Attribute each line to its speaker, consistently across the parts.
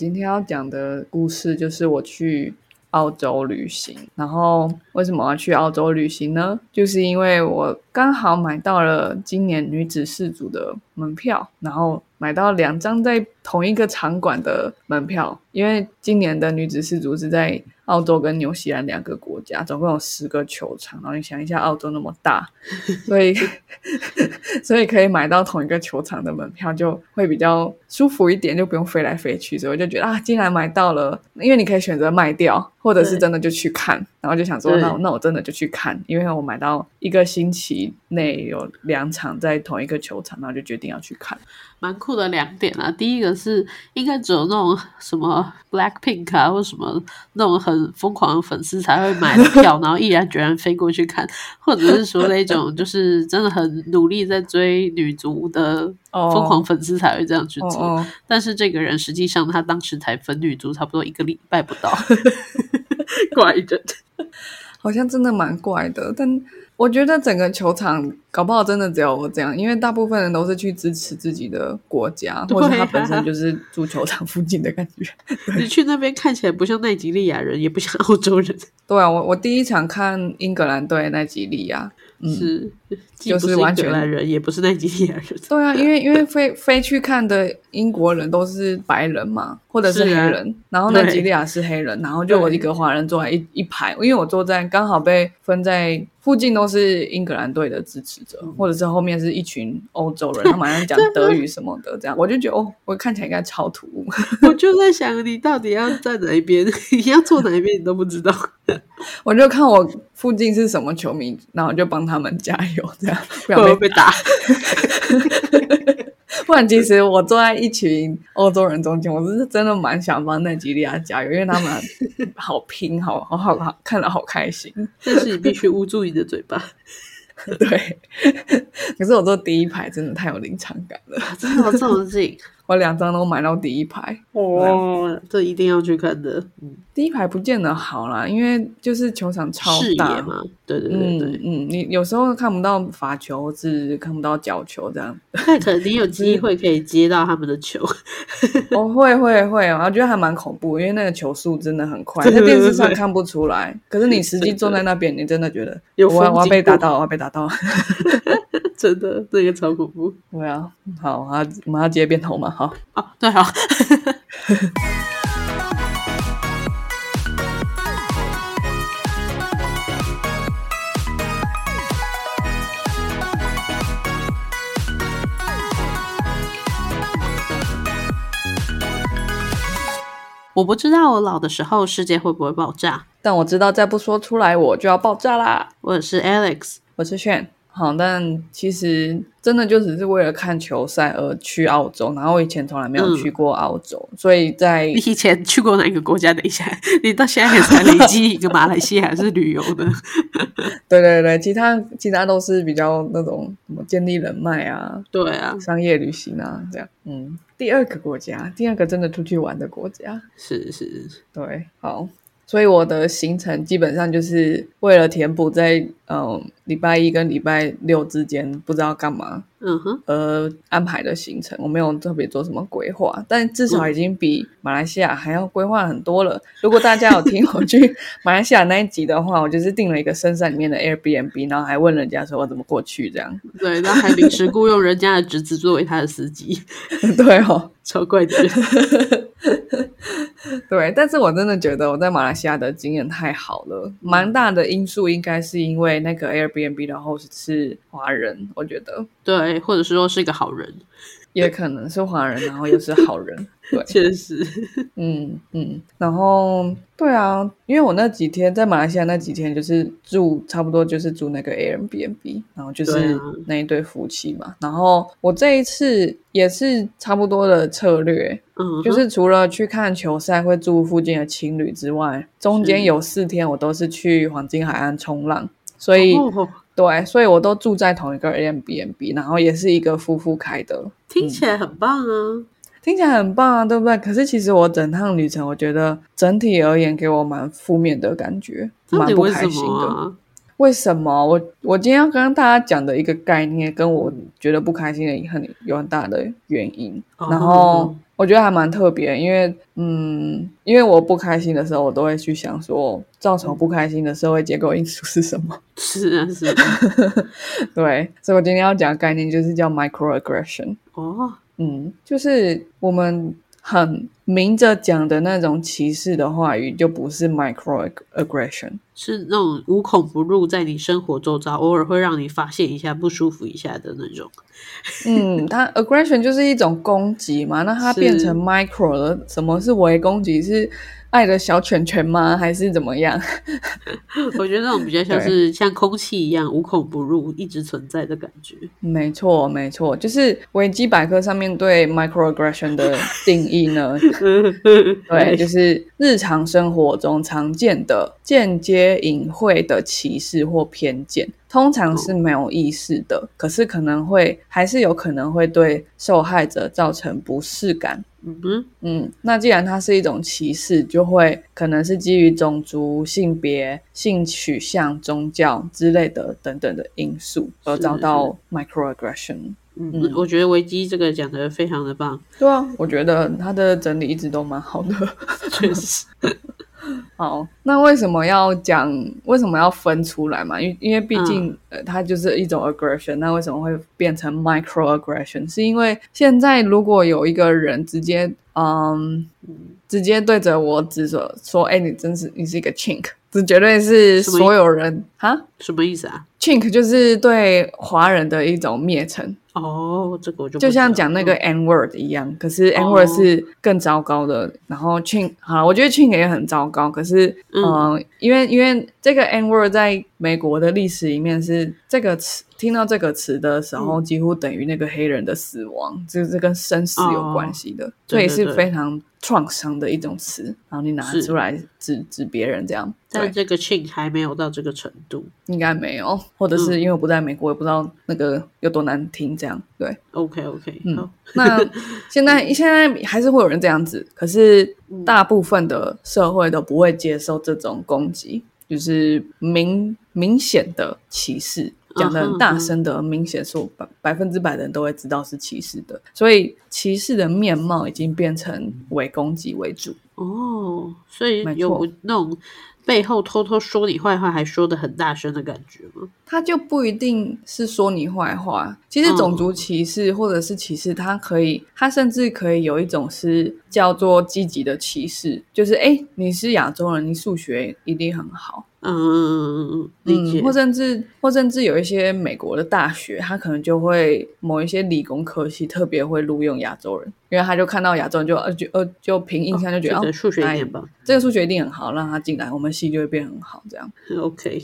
Speaker 1: 今天要讲的故事就是我去澳洲旅行，然后为什么要去澳洲旅行呢？就是因为我刚好买到了今年女子世足的门票，然后买到两张在同一个场馆的门票，因为今年的女子世足是在澳洲跟纽西兰两个国家，总共有十个球场，然后你想一下澳洲那么大， 所以所以可以买到同一个球场的门票，就会比较舒服一点，就不用飞来飞去。所以我就觉得啊，既然买到了，因为你可以选择卖掉，或者是真的就去看。然后就想说，
Speaker 2: 对
Speaker 1: 那我那我真的就去看，因为我买到一个星期内有两场在同一个球场，然后就决定要去看。
Speaker 2: 蛮酷的两点啊。第一个是应该只有那种什么 Blackpink 啊，或什么那种很疯狂的粉丝才会买的 票，然后毅然决然飞过去看，或者是说那种就是真的很努力在追女足的
Speaker 1: 哦
Speaker 2: 疯狂粉丝才会这样去
Speaker 1: 哦
Speaker 2: 做。
Speaker 1: 哦，
Speaker 2: 但是这个人实际上他当时才粉女足差不多一个礼拜不 到，怪人。
Speaker 1: 好像真的蛮怪的，但我觉得整个球场搞不好真的只有我这样，因为大部分人都是去支持自己的国家，或者
Speaker 2: 对
Speaker 1: 他
Speaker 2: 啊
Speaker 1: 本身就是住球场附近的感觉。
Speaker 2: 你去那边看起来不像奈及利亚人，也不像澳洲人，
Speaker 1: 对啊，我我第一场看英格兰对奈及利亚，嗯，
Speaker 2: 是既
Speaker 1: 就
Speaker 2: 不
Speaker 1: 是
Speaker 2: 是
Speaker 1: 完
Speaker 2: 英格
Speaker 1: 全
Speaker 2: 兰人，也不是奈及利亚人。
Speaker 1: 对啊，因为因为飞飞去看的英国人都是白人嘛，或者是黑
Speaker 2: 是啊
Speaker 1: 人，然后奈
Speaker 2: 对
Speaker 1: 及利亚啊是黑人，然后就我一个华人坐在一一排，因为我坐在刚好被分在附近都是英格兰队的支持者，
Speaker 2: 嗯
Speaker 1: 或者是后面是一群欧洲人，他们好像讲德语什么的，这样我就觉得哦，我看起来应该超突兀。
Speaker 2: 我就在想，你到底要站哪一边，你要坐哪一边，你都不知道。
Speaker 1: 我就看我附近是什么球迷，然后就帮他们加油，这样不
Speaker 2: 会
Speaker 1: 然
Speaker 2: 不
Speaker 1: 被
Speaker 2: 会被打？
Speaker 1: 不然，其实我坐在一群欧洲人中间， 我是真的蛮想帮奈及利亚加油，因为他们好拼，好好好好看了好开心。
Speaker 2: 但是你必须捂住你的嘴巴。
Speaker 1: 对， 可是我坐第一排真的太有临场感了，
Speaker 2: 真的有这种 事情？
Speaker 1: 我两张都买到第一排，
Speaker 2: 哦，这一定要去看的。嗯，
Speaker 1: 第一排不见得好啦，因为就是球场超
Speaker 2: 视
Speaker 1: 大
Speaker 2: 野。嘛，对对对
Speaker 1: 嗯
Speaker 2: 对。
Speaker 1: 嗯，你有时候看不到罚球，是看不到角球这样。
Speaker 2: 那肯定有机
Speaker 1: 嗯
Speaker 2: 会可以接到他们的球。
Speaker 1: 我、哦会会会，我觉得还蛮恐怖，因为那个球速真的很快，
Speaker 2: 对
Speaker 1: 在
Speaker 2: 对对
Speaker 1: 电视
Speaker 2: 对
Speaker 1: 上
Speaker 2: 对
Speaker 1: 看不出来，可是你实际坐在那边，你真的觉得
Speaker 2: 有
Speaker 1: 我要
Speaker 2: 风
Speaker 1: 我要
Speaker 2: 经
Speaker 1: 被打
Speaker 2: 过
Speaker 1: 到，我要被打到。
Speaker 2: 真的，这个超恐怖
Speaker 1: 对啊，好，我要我们要接边头嘛，好，
Speaker 2: 哦！ 对好，我不知道我老的时候世界会不会爆炸。
Speaker 1: 但我知道再不说出来我就要爆炸啦。
Speaker 2: 我是 Alex，
Speaker 1: 我是炫，好，但其实真的就只是为了看球赛而去澳洲，然后我以前从来没有
Speaker 2: 嗯
Speaker 1: 去过澳洲，所以在
Speaker 2: 你以前去过哪个国家？等一下，你到现在也才累积一个马来西亚是旅游的，
Speaker 1: 对对对，其他其他都是比较那种什么建立人脉啊，
Speaker 2: 对啊，
Speaker 1: 商业旅行啊，这样。嗯，第二个国家，第二个真的出去玩的国家，
Speaker 2: 是是，
Speaker 1: 对，好。所以我的行程基本上就是为了填补在嗯礼拜一跟礼拜六之间不知道干嘛
Speaker 2: 嗯哼，
Speaker 1: 而安排的行程，我没有特别做什么规划，但至少已经比马来西亚还要规划很多了。如果大家有听我去 马来西亚那一集的话，我就是订了一个深山里面的 Airbnb，然后还问人家说我怎么过去这样。
Speaker 2: 对，然后还临时雇佣人家的侄子作为他的司机，
Speaker 1: 对哦，
Speaker 2: 超怪的人。
Speaker 1: 对，但是我真的觉得我在马来西亚的经验太好
Speaker 2: 嗯
Speaker 1: 了，蛮大的因素应该是因为那个 Airbnb 的 host 是华人，我觉得
Speaker 2: 对，或者是说是一个好人，
Speaker 1: 也可能是华人，然后又是好人。 对，
Speaker 2: 确实，
Speaker 1: 嗯嗯，然后对啊，因为我那几天在马来西亚那几天就是住，差不多就是住那个 Airbnb，然后就
Speaker 2: 对
Speaker 1: 是
Speaker 2: 啊
Speaker 1: 那一对夫妻嘛。然后我这一次也是差不多的策略，
Speaker 2: 嗯，
Speaker 1: 就是除了去看球赛会住附近的情侣之外，中间
Speaker 2: 是
Speaker 1: 有四天我都是去黄金海岸冲浪，所以、
Speaker 2: 哦，
Speaker 1: 对，所以我都住在同一个 Airbnb，然后也是一个夫妇开的，
Speaker 2: 听起来很棒啊，
Speaker 1: 听起来很棒啊，对不对？可是其实我整趟旅程，我觉得整体而言给我蛮负面的感觉，
Speaker 2: 到
Speaker 1: 蛮
Speaker 2: 底
Speaker 1: 不
Speaker 2: 为
Speaker 1: 开
Speaker 2: 什
Speaker 1: 心
Speaker 2: 么
Speaker 1: 的。
Speaker 2: 啊？
Speaker 1: 为什么我我今天要跟大家讲的一个概念，跟我觉得不开心的很有很大的原因。
Speaker 2: 哦
Speaker 1: 然后我觉得还蛮特别的，因为嗯，因为我不开心的时候，我都会去想说，造成我不开心的社会结构因素是什么？
Speaker 2: 是啊，是啊，
Speaker 1: 对，所以我今天要讲的概念就是叫 microaggression。
Speaker 2: 哦，
Speaker 1: 嗯，就是我们很明着讲的那种歧视的话语，就不是 microaggression。
Speaker 2: 是那种无孔不入，在你生活周遭，偶尔会让你发现一下不舒服一下的那种。
Speaker 1: 嗯，它 aggression 就是一种攻击嘛，那它变成
Speaker 2: 是
Speaker 1: micro 了，什么是微攻击？是爱的小拳拳吗？还是怎么样？
Speaker 2: 我觉得那种比较像是像空气一样无孔不入，一直存在的感觉。
Speaker 1: 没错，没错，就是维基百科上面对 microaggression 的定义呢，对，就是日常生活中常见的间接隐晦的歧视或偏见，通常是没有意识的，可是可能会还是有可能会对受害者造成不适感。
Speaker 2: 嗯哼，
Speaker 1: 嗯，那既然它是一种歧视，就会可能是基于种族、性别、性取向、宗教之类的等等的因素而
Speaker 2: 是
Speaker 1: 遭到 microaggression。
Speaker 2: 嗯，
Speaker 1: 嗯
Speaker 2: 我觉得维基这个讲的非常 的棒，
Speaker 1: 对啊，我觉得它的整理一直都蛮好的。
Speaker 2: 确实。
Speaker 1: 好，那为什么要讲？为什么要分出来嘛？因为因为毕竟、
Speaker 2: 嗯
Speaker 1: 呃，它就是一种 aggression。那为什么会变成 microaggression？是因为现在如果有一个人直接嗯，直接对着我指着说：“哎、你真是你是一个 chink。”这绝对是
Speaker 2: 什么意
Speaker 1: 所有人哈
Speaker 2: 什么意思啊？
Speaker 1: chink 就是对华人的一种蔑称，
Speaker 2: 哦，这个我就不
Speaker 1: 就像
Speaker 2: 知道
Speaker 1: 讲
Speaker 2: 嗯
Speaker 1: 那个 N word 一样，可是 N
Speaker 2: 哦
Speaker 1: word 是更糟糕的。然后 Chin 好了，我觉得 Chin 也很糟糕，可是嗯、
Speaker 2: 嗯
Speaker 1: 呃因为因为这个 N word 在美国的历史里面是这个词，听到这个词的时
Speaker 2: 嗯
Speaker 1: 候，几乎等于那个黑人的死亡，就是跟生死有关系的，所以
Speaker 2: 哦对对
Speaker 1: 是
Speaker 2: 对
Speaker 1: 非常创伤的一种词。然后你拿
Speaker 2: 是
Speaker 1: 出来指指别人这样，对
Speaker 2: 但。这个 chin 还没有到这个程度。
Speaker 1: 应该没有，或
Speaker 2: 嗯
Speaker 1: 者是因为我不在美国，也不知道那个有多难听，这样对。
Speaker 2: OK OK，、
Speaker 1: 嗯
Speaker 2: 好，
Speaker 1: 那现在现在还是会有人这样子，可是大部分的社会都不会接受这种攻击，就是明明显的歧视，讲的很大声的，明显说百百分之百的人都会知道是歧视的，所以歧视的面貌已经变成为攻击为主。
Speaker 2: 哦，所以
Speaker 1: 没
Speaker 2: 有
Speaker 1: 错
Speaker 2: 那种背后偷偷说你坏话，还说的很大声的感觉吗？
Speaker 1: 他就不一定是说你坏话。其实种族歧视或者是歧视，它可以，它甚至可以有一种是叫做积极的歧视，就是哎，诶你是亚洲人，你数学一定很好，
Speaker 2: 嗯嗯嗯嗯，理解。
Speaker 1: 嗯，或甚至或甚至有一些美国的大学，它可能就会某一些理工科系特别会录用亚洲人，因为他就看到亚洲人就呃就呃就凭印象就觉得、
Speaker 2: 这
Speaker 1: 哦
Speaker 2: 个数学一
Speaker 1: 哎
Speaker 2: 点吧。
Speaker 1: 这个数学一定很好，让他进来，我们系就会变很好这样。
Speaker 2: OK，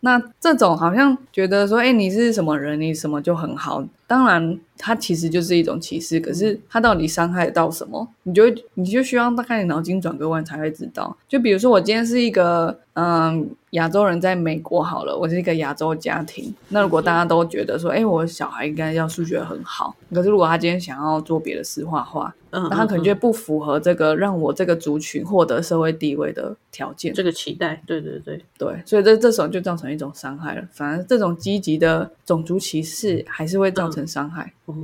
Speaker 1: 那这种好像觉得说，哎、你是什么人，你什么就很好。当然，它其实就是一种歧视，可是它到底伤害到什么，你就会你就需要大概脑筋转个弯才会知道。就比如说，我今天是一个嗯亚洲人在美国好了，我是一个亚洲家庭。那如果大家都觉得说，哎、我小孩应该要数学很好，可是如果他今天想要做别的事，画画，
Speaker 2: 嗯，
Speaker 1: 那他可能
Speaker 2: 嗯
Speaker 1: 就不符合这个让我这个族群获得社会地位的条件
Speaker 2: 嗯。这个期待，对对对，
Speaker 1: 对，所以这这时候就造成一种伤害了。反而这种积极的种族歧视还是会
Speaker 2: 嗯
Speaker 1: 造成伤害。
Speaker 2: 哦，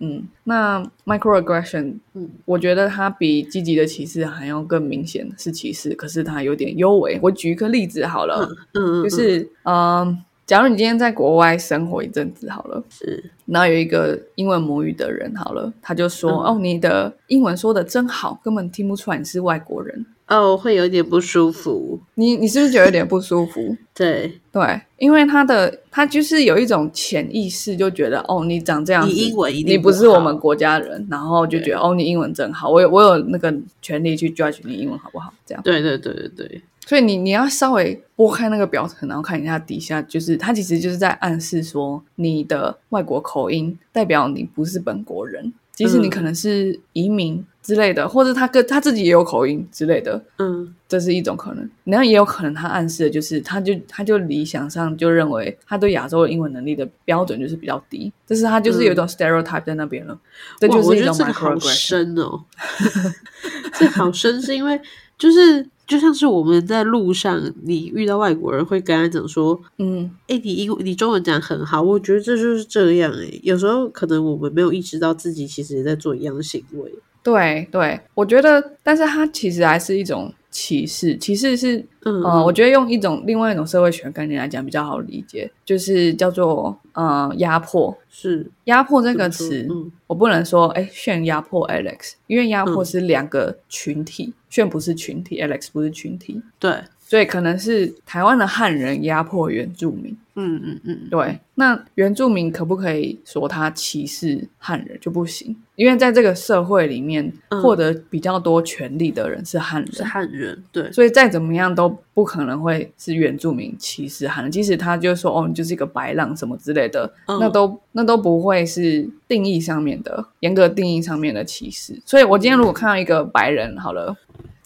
Speaker 1: 嗯，那 microaggression，
Speaker 2: 嗯
Speaker 1: 我觉得它比积极的歧视还要更明显是歧视，可是它有点幽微。我举一个例子好了，
Speaker 2: 嗯，嗯
Speaker 1: 就是嗯、假如你今天在国外生活一阵子好了，
Speaker 2: 嗯是
Speaker 1: 然后有一个英文母语的人好了，他就说：“
Speaker 2: 嗯
Speaker 1: 哦，你的英文说的真好，根本听不出来你是外国人。
Speaker 2: 哦，会有点不舒服，
Speaker 1: 你”你是不是觉得有点不舒服？
Speaker 2: 对，
Speaker 1: 对，因为他的他就是有一种潜意识，就觉得哦，你长这样子，
Speaker 2: 你英文一定
Speaker 1: 你不
Speaker 2: 不
Speaker 1: 是我
Speaker 2: 好
Speaker 1: 们国家人，然后就
Speaker 2: 对
Speaker 1: 觉得哦，你英文真好，我有我有那个权利去 judge 你英文好不好？这样，
Speaker 2: 对对对对对，
Speaker 1: 所以你你要稍微拨开那个表层，然后看一下底下，就是他其实就是在暗示说，你的外国口音代表你不是本国人，即使你
Speaker 2: 嗯
Speaker 1: 可能是移民之类的，或者他跟他自己也有口音之类的，
Speaker 2: 嗯，
Speaker 1: 这是一种可能，然后也有可能他暗示的就是，他就他就理想上就认为他对亚洲的英文能力的标准就是比较低，但是他就是有一种 stereotype 在那边了，这
Speaker 2: 嗯哇
Speaker 1: 就
Speaker 2: 我
Speaker 1: 是一
Speaker 2: 觉得
Speaker 1: 种
Speaker 2: 这个好哦
Speaker 1: microaggression。
Speaker 2: 深哦，这好深是因为就是。就像是我们在路上，你遇到外国人会跟他讲说
Speaker 1: 嗯，：“
Speaker 2: 哎、你英你中文讲很好。”我觉得这就是这样哎、有时候可能我们没有意识到自己其实也在做一样的行为。
Speaker 1: 对对，我觉得，但是它其实还是一种歧视，歧视是
Speaker 2: 嗯，
Speaker 1: 呃，我觉得用一种另外一种社会学概念来讲比较好理解，就是叫做呃压迫。
Speaker 2: 是
Speaker 1: 压迫这个
Speaker 2: 怎么说
Speaker 1: 词，
Speaker 2: 嗯
Speaker 1: 我不能说哎炫压迫 Alex，因为压迫
Speaker 2: 嗯
Speaker 1: 是两个群体，炫不是群体，Alex 不是群体，
Speaker 2: 对，
Speaker 1: 所以可能是台湾的汉人压迫原住民。
Speaker 2: 嗯嗯嗯，
Speaker 1: 对，那原住民可不可以说他歧视汉人就不行？因为在这个社会里面，
Speaker 2: 嗯
Speaker 1: 获得比较多权利的人是汉人
Speaker 2: 是，汉人，对，
Speaker 1: 所以再怎么样都不可能会是原住民歧视汉人，即使他就说哦，你就是一个白浪什么之类的，
Speaker 2: 嗯
Speaker 1: 那都那都不会是定义上面的严格定义上面的歧视。所以我今天如果看到一个白人，好了。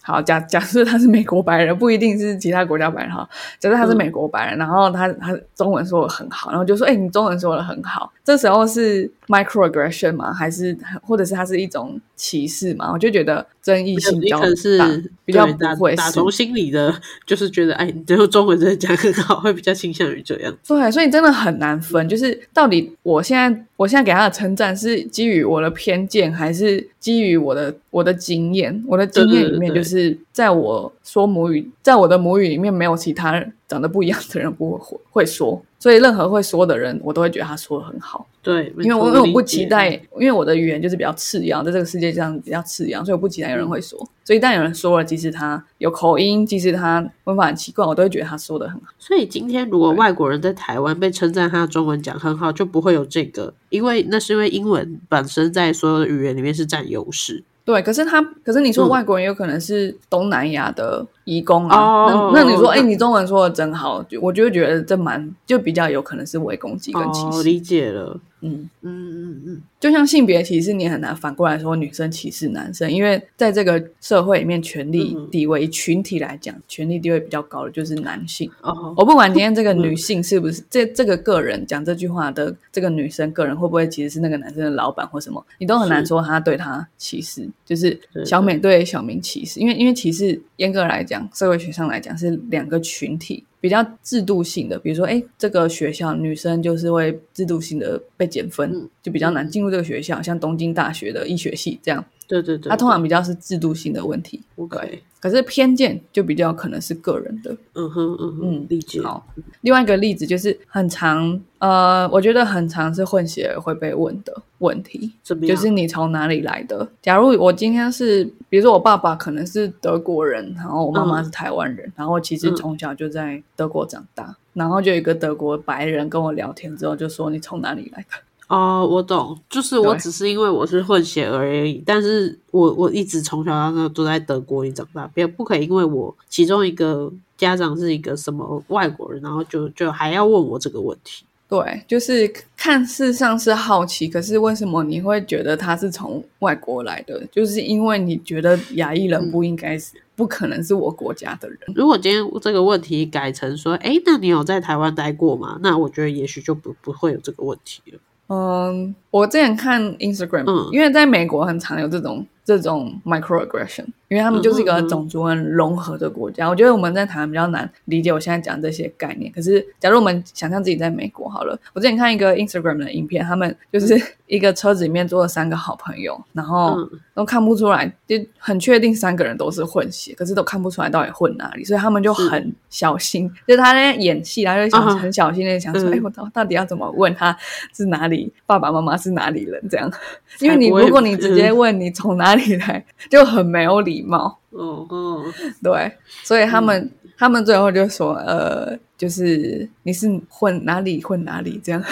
Speaker 1: 好，假 假设他是美国白人，不一定是其他国家白人哈。假设他是美国白人，然后他他中文说的很好，然后就说：“哎、你中文说的很好。”这时候是 microaggression 吗？还是或者是它是一种歧视吗？我就觉得争议性比
Speaker 2: 你
Speaker 1: 较
Speaker 2: 可
Speaker 1: 大
Speaker 2: 能，是
Speaker 1: 比较
Speaker 2: 对
Speaker 1: 不
Speaker 2: 打
Speaker 1: 会
Speaker 2: 打
Speaker 1: 是
Speaker 2: 从心里的，就是觉得哎，你这个中文真的讲很好，会比较倾向于这样。
Speaker 1: 对，所以真的很难分，就是到底我现在我现在给他的称赞是基于我的偏见，还是基于我的我的经验？我的经验里面，
Speaker 2: 对对对
Speaker 1: 就是在我说母语，在我的母语里面没有其他长得不一样的人不会 会说，所以任何会说的人，我都会觉得他说的很好。
Speaker 2: 对，没
Speaker 1: 因为
Speaker 2: 错
Speaker 1: 我因为我不
Speaker 2: 理解嗯
Speaker 1: 期待，因为我的语言就是比较次要，在这个世界上比较次要，所以我不期待有人会说。所以一旦有人说了，即使他有口音，即使他文法很奇怪，我都会觉得他说的很好。
Speaker 2: 所以今天如果
Speaker 1: 对
Speaker 2: 外国人在台湾被称赞他的中文讲很好，就不会有这个，因为那是因为英文本身在所有的语言里面是占优势。
Speaker 1: 对，可是他，可是你说
Speaker 2: 嗯
Speaker 1: 外国人有可能是东南亚的移工啊，
Speaker 2: 哦
Speaker 1: 那那你说，哎、
Speaker 2: 那
Speaker 1: 你中文说的真好，就我就会觉得这蛮就比较有可能是伪攻击跟歧
Speaker 2: 哦，
Speaker 1: 视，
Speaker 2: 理解了。
Speaker 1: 嗯。
Speaker 2: 嗯嗯嗯，
Speaker 1: 就像性别歧视，你也很难反过来说女生歧视男生，因为在这个社会里面，权力
Speaker 2: 嗯
Speaker 1: 地位、以群体来讲，权力地位比较高的就是男性。
Speaker 2: 哦，
Speaker 1: 我不管今天 这个
Speaker 2: 嗯
Speaker 1: 女性是不是这这个个人讲这句话的这个女生个人会不会其实是那个男生的老板或什么，你都很难
Speaker 2: 是
Speaker 1: 说她对他歧视，就是
Speaker 2: 对
Speaker 1: 小美对小明歧视，因为因为歧视严格来讲，社会学上来讲是两个群体。比较制度性的，比如说，哎、这个学校女生就是会制度性的被减分，
Speaker 2: 嗯
Speaker 1: 就比较难进入这个学校，像东京大学的医学系这样，
Speaker 2: 对对对，
Speaker 1: 它通常比较是制度性的问题。
Speaker 2: 对 OK，
Speaker 1: 可是偏见就比较可能是个人的，
Speaker 2: 嗯哼嗯
Speaker 1: 嗯
Speaker 2: 哼，理解。
Speaker 1: 好，另外一个例子就是很常，呃，我觉得很常是混血儿会被问的问题，
Speaker 2: 怎么
Speaker 1: 就
Speaker 2: 样？
Speaker 1: 是你从哪里来的？假如我今天是，比如说我爸爸可能是德国人，然后我妈妈
Speaker 2: 嗯
Speaker 1: 是台湾人，然后其实
Speaker 2: 嗯
Speaker 1: 从小就在德国长大，然后就有一个德国白人跟我聊天之后就说你从哪里来的？
Speaker 2: 哦，我懂，就是我
Speaker 1: 对
Speaker 2: 只是因为我是混血儿而已，但是我我一直从小到大都在德国里长大，不要不可以因为我其中一个家长是一个什么外国人，然后就就还要问我这个问题。
Speaker 1: 对，就是看似上是好奇，可是为什么你会觉得他是从外国来的？就是因为你觉得亚裔人不应该是、不可能是我国家的人。
Speaker 2: 如果今天这个问题改成说，诶，那你有在台湾待过吗？那我觉得也许就不不会有这个问题了。
Speaker 1: 嗯，我之前看 Instagram，、
Speaker 2: 嗯
Speaker 1: 因为在美国很常有这种这种 microaggression，因为他们就是一
Speaker 2: 嗯
Speaker 1: 个
Speaker 2: 嗯嗯
Speaker 1: 种族很融合的国家。我觉得我们在台湾比较难理解我现在讲这些概念。可是，假如我们想象自己在美国好了，我之前看一个 Instagram 的影片，他们就是 一个车子里面坐了三个好朋友，然后
Speaker 2: 嗯，
Speaker 1: 都看不出来，就很确定三个人都是混血，可是都看不出来到底混哪里，所以他们就很小心，就是他在演戏，他就想
Speaker 2: 啊
Speaker 1: 很小心的想说，
Speaker 2: 嗯
Speaker 1: 哎、我到到底要怎么问他是哪里，爸爸妈妈是哪里人这样？ 因为你
Speaker 2: 不会嗯
Speaker 1: 如果你直接问你从哪里来，就很没有礼貌，
Speaker 2: 哦哦，
Speaker 1: 对，所以他们、
Speaker 2: 嗯
Speaker 1: 他们最后就说，呃，就是你是混哪里混哪里这样，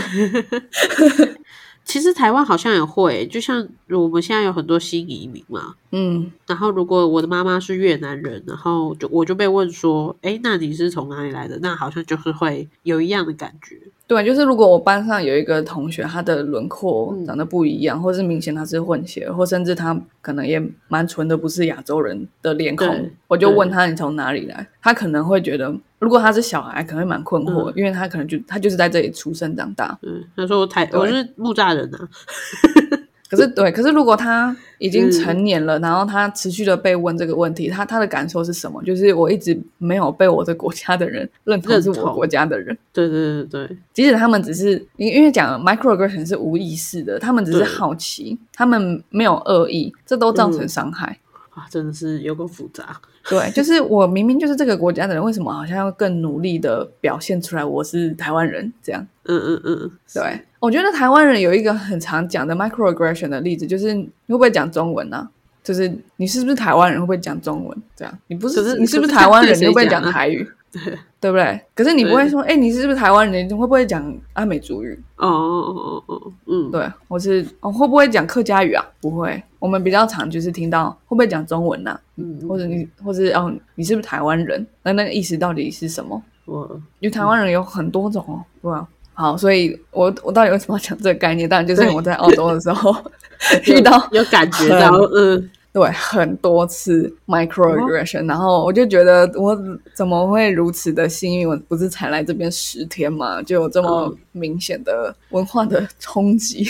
Speaker 2: 其实台湾好像也会，就像我们现在有很多新移民嘛，
Speaker 1: 嗯，
Speaker 2: 然后如果我的妈妈是越南人，然后就我就被问说，哎，那你是从哪里来的？那好像就是会有一样的感觉。
Speaker 1: 对，就是如果我班上有一个同学，他的轮廓
Speaker 2: 嗯
Speaker 1: 长得不一样，或是明显他是混血，或甚至他可能也蛮纯的，不是亚洲人的脸孔
Speaker 2: 对，
Speaker 1: 我就
Speaker 2: 对
Speaker 1: 问他你从哪里来，他可能会觉得，如果他是小孩，可能会蛮困惑，
Speaker 2: 嗯
Speaker 1: 因为他可能就他就是在这里出生长大，
Speaker 2: 嗯，他说我台
Speaker 1: 对
Speaker 2: 我是木栅人啊，
Speaker 1: 可是对，可是如果他已
Speaker 2: 嗯
Speaker 1: 经成年了，然后他持续的被问这个问题，他他的感受是什么？就是我一直没有被我的国家的人认同
Speaker 2: 认
Speaker 1: 是我
Speaker 2: 同
Speaker 1: 国家的人，
Speaker 2: 对对对对，
Speaker 1: 即使他们只是因因为讲 microaggression 是无意识的，他们只是
Speaker 2: 对
Speaker 1: 好奇，他们没有恶意，这都造成
Speaker 2: 嗯
Speaker 1: 伤害。
Speaker 2: 啊，真的是有够复杂。
Speaker 1: 对，就是我明明就是这个国家的人，为什么好像要更努力的表现出来我是台湾人这样？
Speaker 2: 嗯嗯嗯，
Speaker 1: 对，我觉得台湾人有一个很常讲的 microaggression 的例子，就是你会不会讲中文啊？就是你是不是台湾人，会不会讲中文？这样，你不是
Speaker 2: 可是
Speaker 1: 你是不是
Speaker 2: 可是
Speaker 1: 台湾人，
Speaker 2: 看
Speaker 1: 你会不会讲
Speaker 2: 谁讲啊
Speaker 1: 台语？
Speaker 2: 对，
Speaker 1: 对不对？可是你不会说，哎、你是不是台湾人？你会不会讲阿美族语？
Speaker 2: 哦哦哦哦哦，嗯，
Speaker 1: 对，我是哦，会不会讲客家语啊？不会，我们比较常就是听到会不会讲中文呐、啊，
Speaker 2: 嗯，嗯
Speaker 1: 或者你，或者哦，你是不是台湾人？那那个意思到底是什么？
Speaker 2: 我
Speaker 1: 因为台湾人有很多种哦，对吧、好，所以我我到底为什么要讲这个概念？当然就是因为我在澳洲的时候 遇到
Speaker 2: 有有感 觉到，嗯，
Speaker 1: 对很多次 microaggression，、然后我就觉得我怎么会如此的幸运？我不是才来这边十天嘛，就有这么明显的文化的冲击。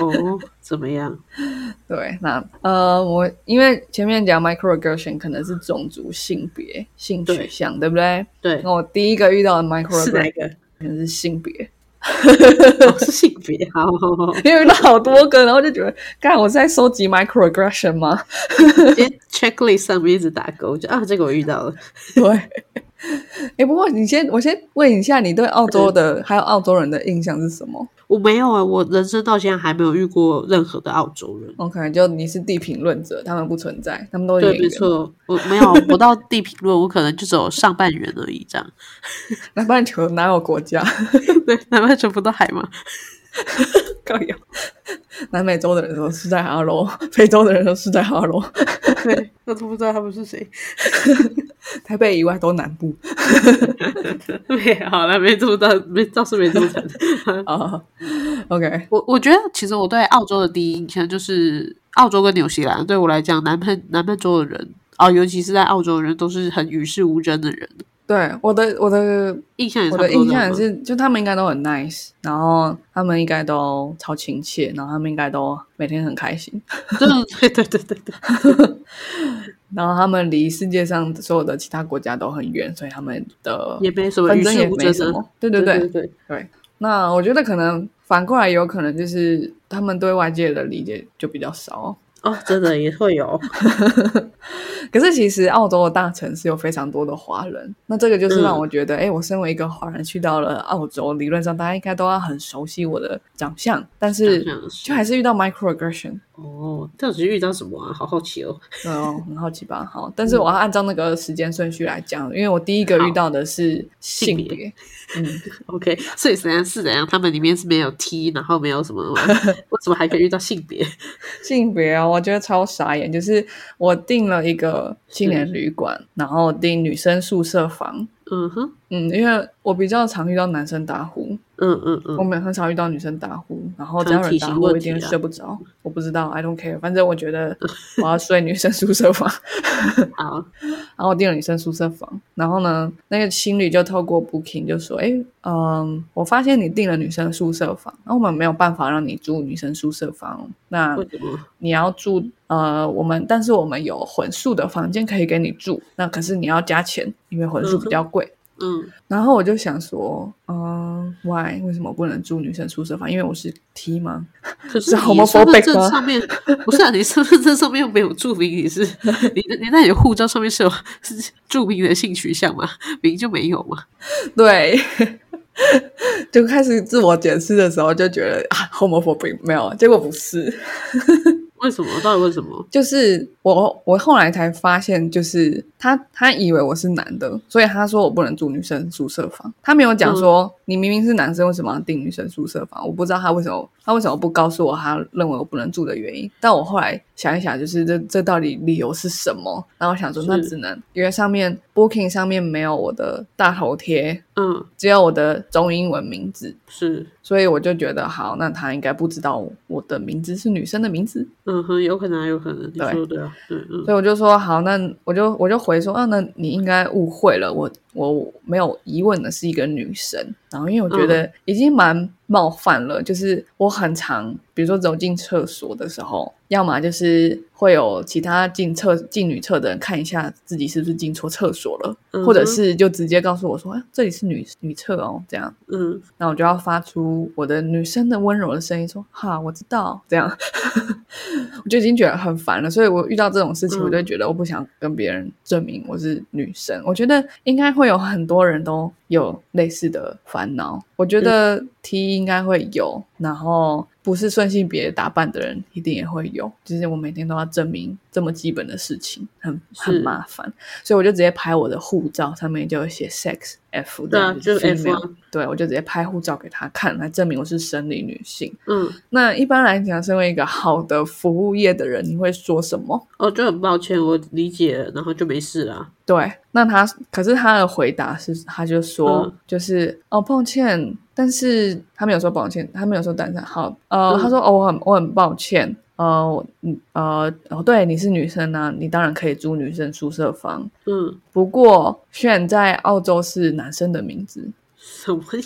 Speaker 2: 哦，怎么样？
Speaker 1: 对，那呃，我因为前面讲 microaggression 可能是种族、性别、性取
Speaker 2: 对
Speaker 1: 向，对不对？
Speaker 2: 对
Speaker 1: 那，我第一个遇到的
Speaker 2: 是哪
Speaker 1: microaggression
Speaker 2: 一个？
Speaker 1: 可能是性别，
Speaker 2: 哦，是性别，好好好，
Speaker 1: 因为遇到好多个，然后就觉得，干，我是在收集 microaggression 吗？
Speaker 2: 因为 checklist 上面一直打勾，就啊，这个我遇到了，
Speaker 1: 对。 哎、不过你先，我先问一下，你对澳洲的、还有澳洲人的印象是什么
Speaker 2: 我没有啊，我人生到现在还没有遇过任何的澳洲人。
Speaker 1: ？OK，就你是地评论者，他们不存在，他们都是
Speaker 2: 对，
Speaker 1: 演
Speaker 2: 没
Speaker 1: 员。
Speaker 2: 错，我没有不到地评论，我可能就只有上半圆而已，这样。
Speaker 1: 南半球哪有国家？
Speaker 2: 对，南半球不到海吗？
Speaker 1: 高有。南美洲的人都是在哈喽，非洲的人都是在哈喽。
Speaker 2: 对，我都不知道他们是谁。
Speaker 1: 台北以外都南部
Speaker 2: 没好了，没这么大，没倒是没这么惨。嗯
Speaker 1: 啊。OK，
Speaker 2: 我我觉得其实我对澳洲的第一印象就是澳洲跟纽西兰，对我来讲，南半南半洲的人哦，尤其是在澳洲的人都是很与世无争的人，
Speaker 1: 对我的我的
Speaker 2: 印象也差
Speaker 1: 我
Speaker 2: 不多
Speaker 1: 的
Speaker 2: 这样
Speaker 1: 印
Speaker 2: 吗。
Speaker 1: 象也是，就他们应该都很 nice，然后他们应该都超亲切，然后他们应该都每天很开心，
Speaker 2: 对，对对对对对，
Speaker 1: 然后他们离世界上所有的其他国家都很远，所以他们的
Speaker 2: 也没什么
Speaker 1: 纷
Speaker 2: 与
Speaker 1: 争
Speaker 2: 世
Speaker 1: 也
Speaker 2: 无
Speaker 1: 没
Speaker 2: 争
Speaker 1: 什
Speaker 2: 的
Speaker 1: 么。。对
Speaker 2: 对
Speaker 1: 对
Speaker 2: 对对，
Speaker 1: 对，那我觉得可能反过来有可能就是他们对外界的理解就比较少哦。
Speaker 2: 哦，真的也会有。
Speaker 1: 可是其实澳洲的大城市有非常多的华人，那这个就是
Speaker 2: 嗯
Speaker 1: 让我觉得，哎、我身为一个华人去到了澳洲，理论上大家应该都要很熟悉我的长相，但是
Speaker 2: 长相是
Speaker 1: 就还是遇到 microaggression，
Speaker 2: 哦，到底是遇到什么啊？好好奇哦。
Speaker 1: 对哦，很好奇吧？好，但是我要按照那个时间顺序来讲，因为我第一个
Speaker 2: 嗯好
Speaker 1: 遇到的是性
Speaker 2: 性别
Speaker 1: 别，嗯，
Speaker 2: OK，所以怎样是怎样？他们里面是没有 T，然后没有什么 吗？为什么还可以遇到性别？
Speaker 1: 性别哦，我觉得超傻眼。就是我订了一个青年旅馆，然后订女生宿舍房。
Speaker 2: 嗯哼，
Speaker 1: 嗯，因为我比较常遇到男生打呼，
Speaker 2: 嗯嗯
Speaker 1: 我
Speaker 2: 嗯，
Speaker 1: 们很少遇到女生打呼，然后
Speaker 2: 可
Speaker 1: 只要有
Speaker 2: 能
Speaker 1: 人
Speaker 2: 体
Speaker 1: 打
Speaker 2: 型
Speaker 1: 呼，
Speaker 2: 问
Speaker 1: 我一定
Speaker 2: 题啊
Speaker 1: 睡不着。我不知道，I don't care，反正我觉 得我要睡女生宿舍房。
Speaker 2: 好，
Speaker 1: 然后我订了女生宿舍房，然后呢，那个情侣就透过 Booking 就说，诶，嗯，我发现你订了女生宿舍房，那我们没有办法让你住女生宿舍房，那
Speaker 2: 为什么？
Speaker 1: 你要住呃，我们但是我们有混宿的房间可以给你住，那可是你要加钱，因为混宿比较贵。
Speaker 2: 嗯
Speaker 1: 然后我就想说，嗯，why 为什么不能住女生宿舍房？因为我是 T 吗？
Speaker 2: 可
Speaker 1: 是
Speaker 2: 你身
Speaker 1: homophobic
Speaker 2: 份
Speaker 1: 吗
Speaker 2: 证上面不是啊？你身份证上面又没有注明你是你你那你的护照上面是有是注明你的性取向吗？明就没有嘛。
Speaker 1: 对， 就开始自我解释的时候就觉得啊，homophobic 没有，结果不是，
Speaker 2: 为什么？到底为什么？
Speaker 1: 就是我我后来才发现，就是他他以为我是男的，所以他说我不能住女生宿舍房，他没有讲说、你明明是男生，为什么要订女生宿舍房？我不知道他为什么他为什么不告诉我他认为我不能住的原因。但我后来想一想，就是这这到底理由是什么？然后我想说
Speaker 2: 是
Speaker 1: 那只能因为上面 Booking 上面没有我的大头贴，
Speaker 2: 嗯，
Speaker 1: 只有我的中英文名字，
Speaker 2: 是，
Speaker 1: 所以我就觉得好，那他应该不知道我的名字是女生的名字。
Speaker 2: 嗯哼，有可能啊，有可能。你
Speaker 1: 对
Speaker 2: 说的对啊，对，嗯
Speaker 1: 所以我就说好，那我就我就回说，啊，那你应该误会了，我我没有疑问的
Speaker 2: 嗯
Speaker 1: 是一个女生。然后因为我觉得已经蛮冒犯了，就是我很常比如说走进厕所的时候，要么就是会有其他进厕进女厕的人看一下自己是不是进错厕所了，
Speaker 2: 嗯
Speaker 1: 或者是就直接告诉我说，哎，这里是女女厕哦，这样，
Speaker 2: 嗯，
Speaker 1: 那我就要发出我的女生的温柔的声音说，哈，我知道，这样， 我就已经觉得很烦了。所以我遇到这种事情，
Speaker 2: 嗯
Speaker 1: 我就会觉得我不想跟别人证明我是女生。我觉得应该会有很多人都有类似的烦恼，我
Speaker 2: 嗯
Speaker 1: 觉得 T 应该会有，然后不是顺性别打扮的人一定也会有，就是我每天都要证明这么基本的事情，很很
Speaker 2: 是
Speaker 1: 麻烦。所以我就直接拍我的护照，上面就有写 sex F 这样
Speaker 2: 对啊
Speaker 1: 子
Speaker 2: 就 F 啊
Speaker 1: female 对我就直接拍护照给他看，来证明我是生理女性。
Speaker 2: 嗯，
Speaker 1: 那一般来讲，身为一个好的服务业的人，你会说什么？
Speaker 2: 哦，就很抱歉，我理解了，然后就没事啦。
Speaker 1: 对，那他可是他的回答是，他就说、
Speaker 2: 嗯
Speaker 1: 就是哦，抱歉，但是他没有说抱歉，他没有说单身。好，呃，
Speaker 2: 嗯
Speaker 1: 他说哦，我很我很抱歉，呃，我嗯呃，哦，对，你是女生啊，你当然可以租女生宿舍房，
Speaker 2: 嗯，
Speaker 1: 不过炫在澳洲是男生的名字，
Speaker 2: 什么意？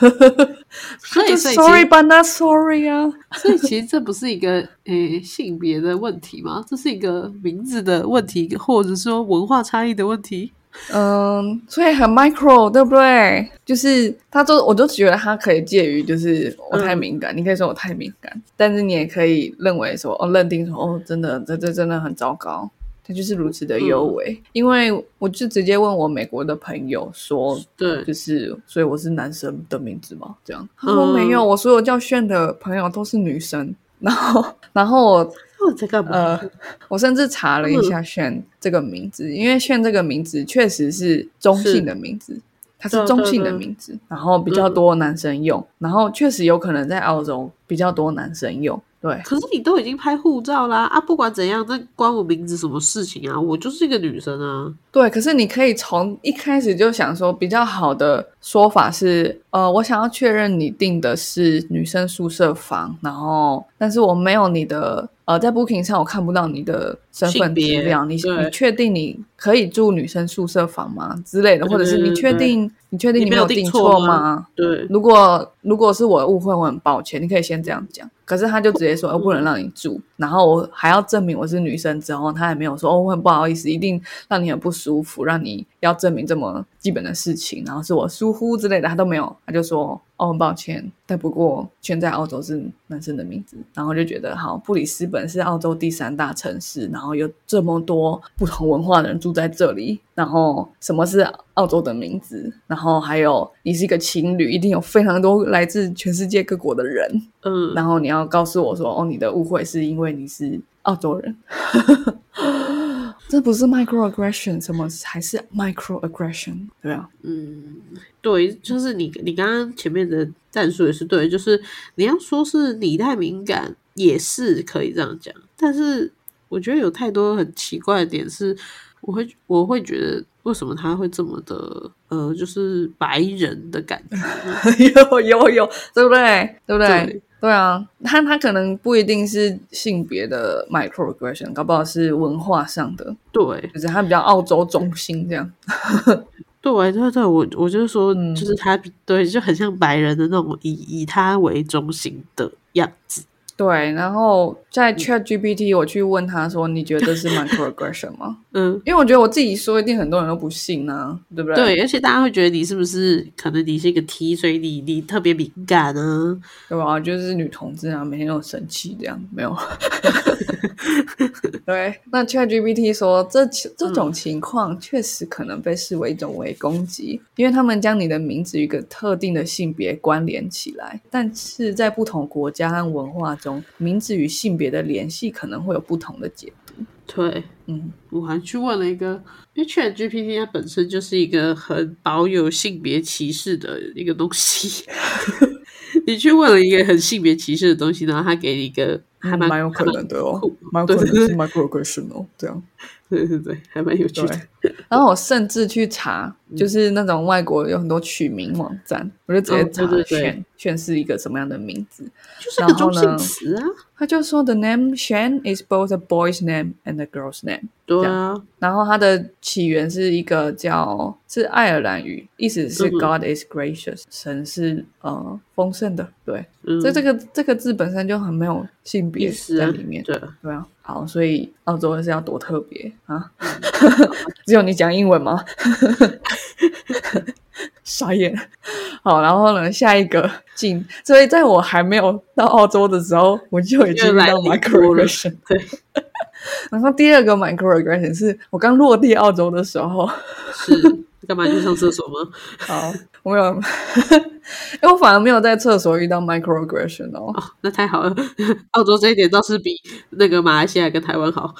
Speaker 2: 所以，
Speaker 1: 就
Speaker 2: 所以
Speaker 1: sorry but not sorry 啊。
Speaker 2: 其实，所以其实这不是一个诶、性别的问题吗？这是一个名字的问题，或者说文化差异的问题。
Speaker 1: 嗯，所以很 micro，对不对？就是他都，我都觉得他可以介于，就是我太敏感，你可以说我太敏感，但是你也可以认为说，哦，认定说，哦，真的，这这真的很糟糕，他就是如此的优美。
Speaker 2: 嗯
Speaker 1: 因为我就直接问我美国的朋友说，
Speaker 2: 对
Speaker 1: 就是，所以我是男生的名字吗？这样，他说没有，
Speaker 2: 嗯
Speaker 1: 我所有叫炫的朋友都是女生。然后，然后我
Speaker 2: 那我在干嘛？
Speaker 1: 呃，我甚至查
Speaker 2: 嗯
Speaker 1: 了一下“炫”这个名字，因为“炫”这个名字确实是中性的名字，它是
Speaker 2: 对啊
Speaker 1: 中性的
Speaker 2: 对嗯对
Speaker 1: 名字，然后比较多男生用，然后确实有可能在澳洲比较多男生用。对，
Speaker 2: 可是你都已经拍护照啦啊！不管怎样，那关我名字什么事情啊？我就是一个女生啊。
Speaker 1: 对，可是你可以从一开始就想说，比较好的说法是，呃，我想要确认你订的是女生宿舍房，然后，但是我没有你的，呃，在 Booking 上我看不到你的身份
Speaker 2: 性
Speaker 1: 资
Speaker 2: 别
Speaker 1: 料，你
Speaker 2: 对
Speaker 1: 你确定你可以住女生宿舍房吗？之类的，
Speaker 2: 对
Speaker 1: 或者是你
Speaker 2: 对
Speaker 1: 确
Speaker 2: 对
Speaker 1: 定你确定
Speaker 2: 你
Speaker 1: 你
Speaker 2: 没
Speaker 1: 有
Speaker 2: 有
Speaker 1: 订
Speaker 2: 订
Speaker 1: 错
Speaker 2: 错吗
Speaker 1: 吗
Speaker 2: 对，
Speaker 1: 如果如果是我误会，我很抱歉。你可以先这样讲，可是他就直接说，呃，不能让你住，然后我还要证明我是女生之后，他还没有说，哦，我很不好意思，一定让你很不舒服，让你要证明这么基本的事情，然后是我疏忽之类的，他都没有，他就说，哦，很抱歉，但不过现在澳洲是男生的名字，然后就觉得好，布里斯本是澳洲第三大城市，然后有这么多不同文化的人住在这里，然后什么是澳洲的名字，然后还有你是一个情侣，一定有非常多来自全世界各国的人，
Speaker 2: 嗯，
Speaker 1: 然后你要告诉我说，哦，你的误会是因为你是澳洲人， 这不是 microaggression，什么才是 microaggression？对啊，
Speaker 2: 嗯，对，就是你你刚刚前面的战术也是对，就是你要说是你太敏感也是可以这样讲，但是我觉得有太多很奇怪的点是，我会我会觉得为什么他会这么的呃，就是白人的感觉呢，
Speaker 1: 有有有，对不对？对不对？
Speaker 2: 对
Speaker 1: 对啊，他他可能不一定是性别的 microaggression，搞不好是文化上的，
Speaker 2: 对
Speaker 1: 就是他比较澳洲中心这样。
Speaker 2: 对对对，我我就是说，
Speaker 1: 嗯
Speaker 2: 就是他、对就很像白人的那种以以他为中心的样子，
Speaker 1: 对，然后在 Chat GPT 我去问他说：“你觉得是 microaggression 吗
Speaker 2: 嗯？”。
Speaker 1: 因为我觉得我自己说，一定很多人都不信啊，对不对？
Speaker 2: 对，而且大家会觉得你是不是可能你是一个 T，所以你你特别敏感啊？
Speaker 1: 对吧？就是女同志啊，每天都生气这样，没有。 对，那 ChatGPT 说，这其这
Speaker 2: 嗯
Speaker 1: 种情况确实可能被视为一种伪攻击，因为他们将你的名字与一个特定的性别关联起来。但是在不同国家和文化中，名字与性别的联系可能会有不同的解读。
Speaker 2: 对，
Speaker 1: 嗯，
Speaker 2: 我还去问了一个，因为 Chat GPT 它本身就是一个很保有性别歧视的一 个东西。你去问了一个很性别歧视的东西，然后他给你一个还
Speaker 1: 嗯
Speaker 2: 蛮
Speaker 1: 蛮有可能的哦
Speaker 2: 酷，
Speaker 1: 蛮有
Speaker 2: 对
Speaker 1: 可能
Speaker 2: 对
Speaker 1: 是 microaggression 哦，这样。
Speaker 2: 对对对，还蛮有趣的。
Speaker 1: 然后我甚至去查，
Speaker 2: 嗯
Speaker 1: 就是那种外国有很多取名网站，我就直接
Speaker 2: 哦
Speaker 1: 查
Speaker 2: 对对对
Speaker 1: 炫炫是一个什么样的名字。
Speaker 2: 就是
Speaker 1: 然
Speaker 2: 个
Speaker 1: 后
Speaker 2: 中
Speaker 1: 呢
Speaker 2: 性词啊，
Speaker 1: 他就说，the name Shan is both a boy's name and a girl's name。
Speaker 2: 对啊，
Speaker 1: 然后它的起源是一个叫是爱尔兰语，意思是
Speaker 2: 嗯哼
Speaker 1: God is gracious，、神是呃丰盛的。对，
Speaker 2: 嗯，
Speaker 1: 所以这个这个字本身就很没有性
Speaker 2: 意
Speaker 1: 别
Speaker 2: 思
Speaker 1: 在
Speaker 2: 啊
Speaker 1: 里面。
Speaker 2: 对，
Speaker 1: 对啊，好，所以澳洲是要多特别啊？
Speaker 2: 嗯
Speaker 1: 只有你讲英文吗？ 傻眼。好，然后呢，下一个进，所以在我还没有到澳洲的时候，我就已经
Speaker 2: 越
Speaker 1: 遇
Speaker 2: 来
Speaker 1: 到
Speaker 2: 越多了
Speaker 1: microaggression。
Speaker 2: 对，
Speaker 1: 然后第二个 microaggression 是我刚落地澳洲的时候，
Speaker 2: 是干嘛去上厕 所吗？
Speaker 1: 好，我没有， 因为我反而没有在厕所遇到 microaggression 哦。
Speaker 2: 哦，那太好了，澳洲这一点倒是比那个马来西亚跟台湾好，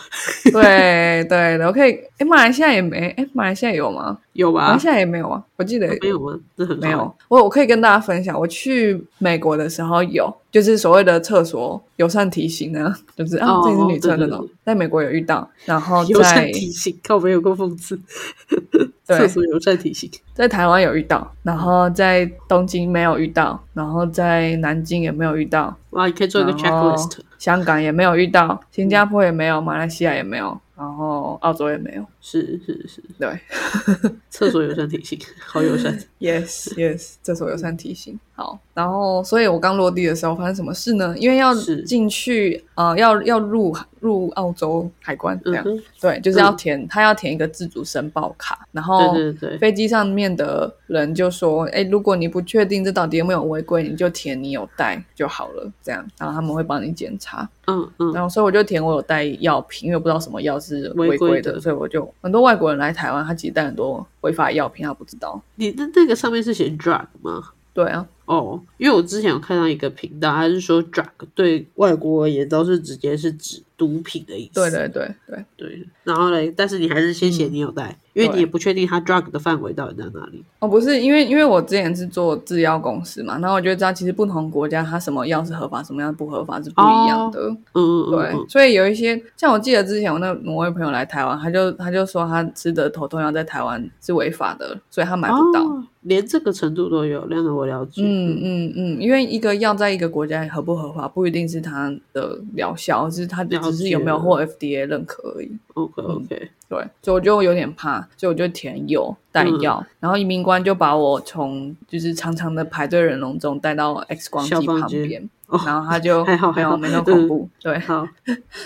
Speaker 1: 对对的，我可以，哎，马来西亚也没，哎，马来西亚有吗？
Speaker 2: 有
Speaker 1: 马
Speaker 2: 吧
Speaker 1: 来？西亚也没有啊，我记得
Speaker 2: 没有吗？这很好
Speaker 1: 没有。我我可以跟大家分享，我去美国的时候有，就是所谓的厕所友善提醒呢，就是啊，
Speaker 2: 哦
Speaker 1: 这里是女厕
Speaker 2: 对
Speaker 1: 那
Speaker 2: 对
Speaker 1: 种
Speaker 2: 对，
Speaker 1: 在美国有遇到，然后
Speaker 2: 啊友善
Speaker 1: 在
Speaker 2: 提醒，靠没有过讽刺，
Speaker 1: 对
Speaker 2: 厕所友善提醒，
Speaker 1: 在台湾有遇到，然后在东京没有遇到，然后在南京也没有遇到，
Speaker 2: 哇，你可以做一个
Speaker 1: 然后
Speaker 2: checklist，
Speaker 1: 香港也没有遇到，新加坡也没有，马来西亚也没有，然后澳洲也没有，
Speaker 2: 是是是，
Speaker 1: 对。
Speaker 2: 厕所友善提醒，好友善，
Speaker 1: Yes, yes，这首友善提醒。好，然后，所以我刚落地的时候发生什么事呢？因为要
Speaker 2: 是
Speaker 1: 进去，呃，要要入入澳洲海关 这
Speaker 2: 嗯
Speaker 1: 样，
Speaker 2: 哼，嗯
Speaker 1: 对，就是要填，他要填一个自主申报卡，然后
Speaker 2: 对对对，
Speaker 1: 飞机上面的人就说，哎，如果你不确定这到底有没有违规，你就填你有带就好了，这样，然后他们会帮你检查。
Speaker 2: 嗯嗯，
Speaker 1: 然后所以我就填我有带药品，因为我不知道什么药是
Speaker 2: 违
Speaker 1: 违
Speaker 2: 规
Speaker 1: 规
Speaker 2: 的
Speaker 1: 所以我就很多外国人来台湾，他其实带很多违法药品，他不知道。
Speaker 2: 你的那个上面是写 drug 吗？
Speaker 1: 对啊，
Speaker 2: 哦，因为我之前有看到一个频道，他是说 drug 对外国而言都是直接是指毒品的意思。
Speaker 1: 对对对对，
Speaker 2: 对。然后嘞，但是你还是先
Speaker 1: 嗯
Speaker 2: 写你有带，因为你也不确定他 drug 的范围到底在哪里。
Speaker 1: 哦，不是，因为因为我之前是做制药公司嘛，然后我就知道其实不同国家它什么药是合法，什么药不合法是不一样的。
Speaker 2: 嗯嗯
Speaker 1: 对，
Speaker 2: 嗯嗯，
Speaker 1: 所以有一些像我记得之前我那个挪威朋友来台湾，他就他就说他吃的头痛药在台湾是违法的，所以他买不到。
Speaker 2: 哦，连这个程度都有，那个我了解。
Speaker 1: 嗯嗯嗯，因为一个药在一个国家合不合法，不一定是它的疗效，而是它
Speaker 2: 了解
Speaker 1: 只是有没有获 FDA 认可而已。
Speaker 2: ，OK OK，
Speaker 1: 对，所以我就有点怕，所以我就填有带药，
Speaker 2: 嗯
Speaker 1: 然后移民官就把我从就是长长的排队人龙中带到 X 光机
Speaker 2: 消防
Speaker 1: 旁
Speaker 2: 局
Speaker 1: 边，
Speaker 2: 哦
Speaker 1: 然后他就
Speaker 2: 还好
Speaker 1: 没
Speaker 2: 还好嗯
Speaker 1: 有没那么恐怖，对，
Speaker 2: 好，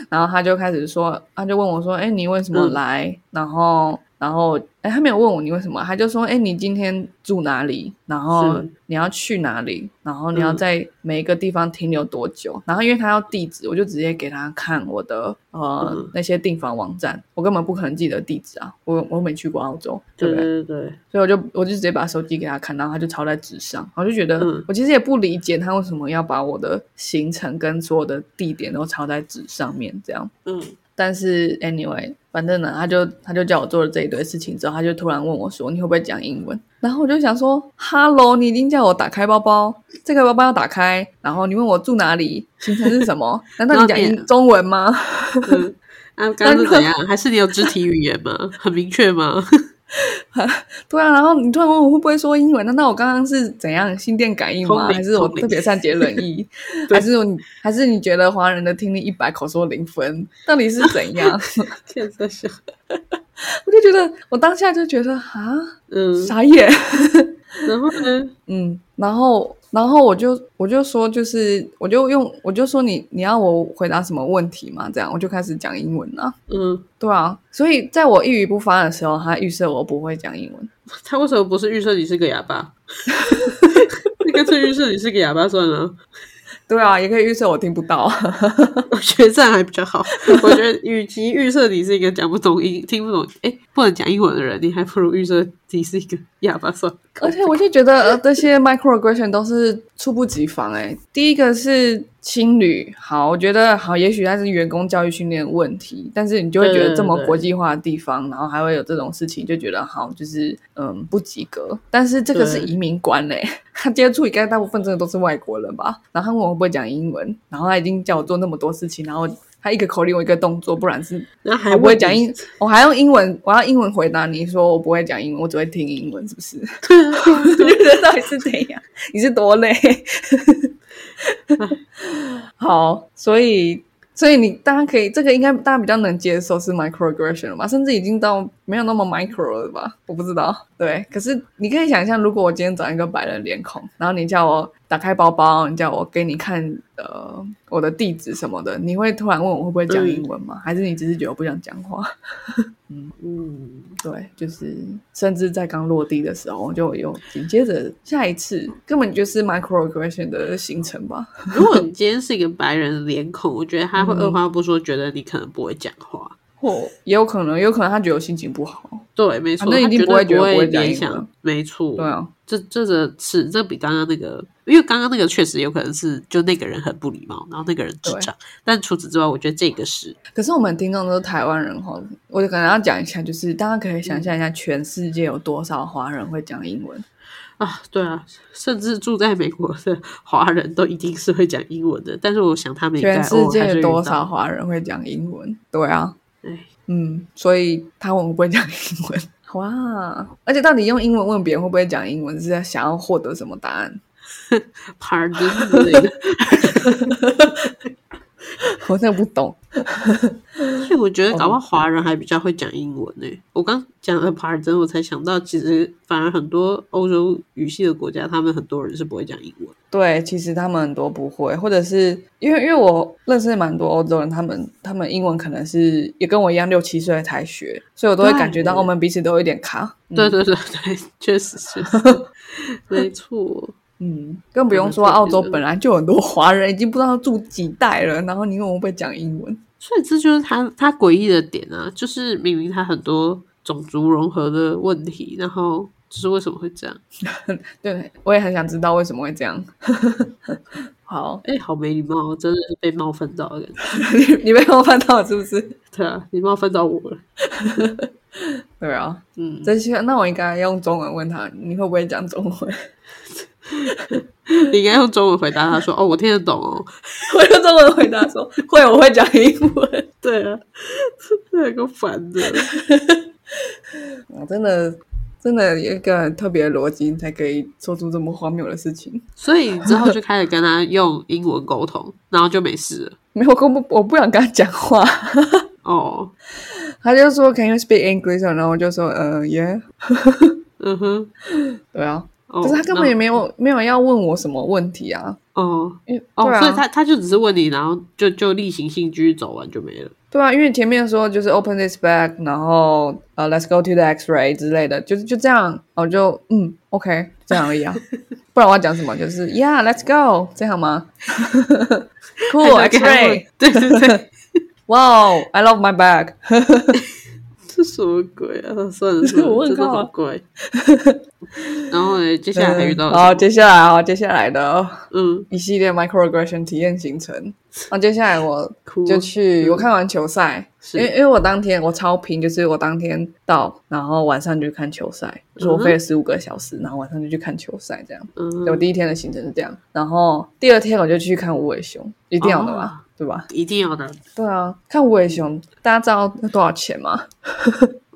Speaker 1: 然后他就开始说，他就问我说，哎，你为什么
Speaker 2: 嗯
Speaker 1: 来？然后然后哎，他没有问我你为什么，他就说，哎，你今天住哪里？然后
Speaker 2: 是
Speaker 1: 你要去哪里？然后你要
Speaker 2: 嗯
Speaker 1: 在每一个地方停留多久？然后因为他要地址，我就直接给他看我的呃、
Speaker 2: 嗯
Speaker 1: 那些订房网站，我根本不可能记得地址啊，我我没去过澳洲，对
Speaker 2: 对
Speaker 1: 不对？
Speaker 2: 对对对，
Speaker 1: 所以我就我就直接把手机给他看，然后他就抄在纸上，我就觉得、
Speaker 2: 嗯
Speaker 1: 我其实也不理解他为什么要把我的行程跟所有的地点都抄在纸上面这样。
Speaker 2: 嗯，
Speaker 1: 但是 anyway，反正呢，他就他就叫我做了这一堆事情之后，他就突然问我说：“你会不会讲英文？”然后我就想说：“Hello，你已经叫我打开包包，这个包包要打开，然后你问我住哪里，行程是什么？难道你讲
Speaker 2: 然后
Speaker 1: 英
Speaker 2: 你
Speaker 1: 中文吗？
Speaker 2: 嗯啊，刚刚是怎样？还是你有肢体语言吗？很明确 吗？
Speaker 1: 对啊，然后你突然问我会不会说英文，难道我刚刚是怎样心电感应
Speaker 2: 通
Speaker 1: 吗？
Speaker 2: 灵
Speaker 1: 还是我
Speaker 2: 通灵
Speaker 1: 特别善解人意？还是你还是你觉得华人的听力一百口说零分，到底是怎样？
Speaker 2: 天在想，
Speaker 1: 我就觉得我当下就觉得啊，
Speaker 2: 嗯，
Speaker 1: 傻眼。
Speaker 2: 然后呢？
Speaker 1: 嗯，然后然后我就我就说，就是我就用我就说你你要我回答什么问题嘛？这样我就开始讲英文啊，
Speaker 2: 嗯，
Speaker 1: 对啊，所以在我一语不发的时候，他预设我不会讲英文，
Speaker 2: 他为什么不是预设你是个哑巴？你干脆预设你是个哑巴算了，
Speaker 1: 对啊，也可以预设我听不到，
Speaker 2: 我觉得这样还比较好。 我觉得与其预设你是一个讲不懂英、听不懂、哎不能讲英文的人，你还不如预设你是一个哑巴算了。
Speaker 1: 而且我就觉得呃，这些 microaggression 都是猝不及防哎、第一个是青旅，好，我觉得好，也许它是员工教育训练的问题，但是你就会觉得这么
Speaker 2: 对对对
Speaker 1: 国际化的地方，然后还会有这种事情，就觉得好，就是嗯不及格。但是这个是
Speaker 2: 对
Speaker 1: 移民官嘞、他接触应该大部分真的都是外国人吧？然后他问我会不会讲英文，然后他已经叫我做那么多事情，然后他一个口令我一个动作，不然是
Speaker 2: 那还
Speaker 1: 我不会
Speaker 2: 问
Speaker 1: 讲
Speaker 2: 你
Speaker 1: 英，我还用英文，我要英文回答你说我不会讲英文，我只会听英文，是不是？
Speaker 2: 啊
Speaker 1: 我就觉得到底是怎样？你是多累？ 好，所以所以你大家可以这个应该大家比较能接受是 microaggression 了吧？甚至已经到没有那么 micro 了吧？我不知道。对，可是你可以想象，如果我今天找一个白人脸孔，然后你叫我打开包包，你叫我给你看呃我的地址什么的，你会突然问我会不会讲
Speaker 2: 嗯
Speaker 1: 英文吗？还是你只是觉得我不想讲话？
Speaker 2: 嗯，
Speaker 1: 对，就是甚至在刚落地的时候，就有紧接着下一次，根本就是 microaggression 的行程吧。
Speaker 2: 如果你今天是一个白人的脸孔，我觉得他会
Speaker 1: 嗯
Speaker 2: 二话不说，觉得你可能不会讲话。
Speaker 1: 或也有可能，也有可能他觉得我心情不好。
Speaker 2: 对，没错，
Speaker 1: 啊那一定
Speaker 2: 他绝
Speaker 1: 不会觉得
Speaker 2: 对不
Speaker 1: 不
Speaker 2: 会
Speaker 1: 会讲
Speaker 2: 联
Speaker 1: 英
Speaker 2: 想
Speaker 1: 文，
Speaker 2: 没错，
Speaker 1: 对啊，
Speaker 2: 这这个是这比刚刚那个，因为刚刚那个确实有可能是就那个人很不礼貌，然后那个人智
Speaker 1: 对
Speaker 2: 障，但除此之外，我觉得这个是
Speaker 1: 可是我们听众都是台湾人哈，我可能要讲一下，就是大家可以想象一下，全世界有多少华人会讲英文？
Speaker 2: 啊，对啊，甚至住在美国的华人都一定是会讲英文的，但是我想他们应该
Speaker 1: 全世界有多少？
Speaker 2: 哦
Speaker 1: 华人会讲英文？对啊，
Speaker 2: 还是遇到哎，
Speaker 1: 嗯，所以他问我会不会讲英文。哇！而且到底用英文问别人会不会讲英文，是在想要获得什么答案？
Speaker 2: pardon 之类 的。
Speaker 1: 我真的不懂。
Speaker 2: 所以我觉得搞不好华人还比较会讲英文呢、我刚讲了 pardon，我才想到，其实反而很多欧洲语系的国家，他们很多人是不会讲英文。
Speaker 1: 对，其实他们很多不会，或者是因为因为我认识蛮多欧洲人，他们他们英文可能是也跟我一样六七岁才学，所以我都会感觉到
Speaker 2: 对
Speaker 1: 我们彼此都有一点卡。嗯
Speaker 2: 对，对对对，确实 确实，没错。
Speaker 1: 嗯，更不用说澳洲本来就很多华人，已经不知道住几代了，然后你问我会不会讲英文，
Speaker 2: 所以这就是他他诡异的点啊，就是明明他很多种族融合的问题，然后就是为什么会这样？
Speaker 1: 对我也很想知道为什么会这样。 好，
Speaker 2: 哎、好没礼貌哦，真的是被冒犯到的感觉。
Speaker 1: 你你被冒犯到了是不是？
Speaker 2: 对啊，你冒犯到我了。
Speaker 1: 对啊，
Speaker 2: 嗯，
Speaker 1: 这些那我应该用中文问他，你会不会讲中文？
Speaker 2: 你应该用中文回答他说：“哦，我听得懂哦。
Speaker 1: 我用中文回答说会，我会讲英文。”
Speaker 2: 对啊，这有够烦的。
Speaker 1: 我哦真的真的有一个很特别的逻辑，才可以做出这么荒谬的事情。
Speaker 2: 所以你之后就开始跟他用英文沟通，然后就没事了。
Speaker 1: 没有，我不我不想跟他讲话。
Speaker 2: 哦，
Speaker 1: 他就说 Can you speak English？然后我就说呃 Yeah。
Speaker 2: 嗯哼，
Speaker 1: 对啊，
Speaker 2: 哦、
Speaker 1: 可是他根本也没有没有要问我什么问题啊。
Speaker 2: 那哦
Speaker 1: 因为
Speaker 2: 哦，
Speaker 1: 对啊
Speaker 2: 所以他他就只是问你，然后就就例行性继续走完就没了。
Speaker 1: 对啊，因为前面说就是 Open this bag，然后呃、Let's go to the X-ray 之类的，就是就这样，我就嗯 OK 这样而已啊。 不然我要讲什么？就是 Yeah，Let's go 这样吗 ？Cool
Speaker 2: 还是要给他
Speaker 1: X-ray
Speaker 2: 问。对对对，
Speaker 1: 哇、wow,，I love my bag 。
Speaker 2: 这什么鬼啊？算了 算了，
Speaker 1: 我问
Speaker 2: 真的
Speaker 1: 号啊
Speaker 2: 好怪。然后呢，接下来还遇到了
Speaker 1: 嗯好，
Speaker 2: 什么
Speaker 1: 接下来啊、接下来的
Speaker 2: 嗯，
Speaker 1: 一系列 microaggression 体验行 程。那接下来我
Speaker 2: 哭
Speaker 1: 就去，
Speaker 2: 嗯
Speaker 1: 我看完球赛，
Speaker 2: 是
Speaker 1: 因为因为我当天我超拼，就是我当天到，然后晚上就去看球赛，就是我飞了十五个小时，然后晚上就去看球赛，这样。
Speaker 2: 嗯
Speaker 1: 对我第一天的行程是这样，然后第二天我就去看无尾熊，一定要的吧，
Speaker 2: 啊
Speaker 1: 对吧？
Speaker 2: 一定要的，
Speaker 1: 对啊，看无尾熊，大家知道要多少钱吗？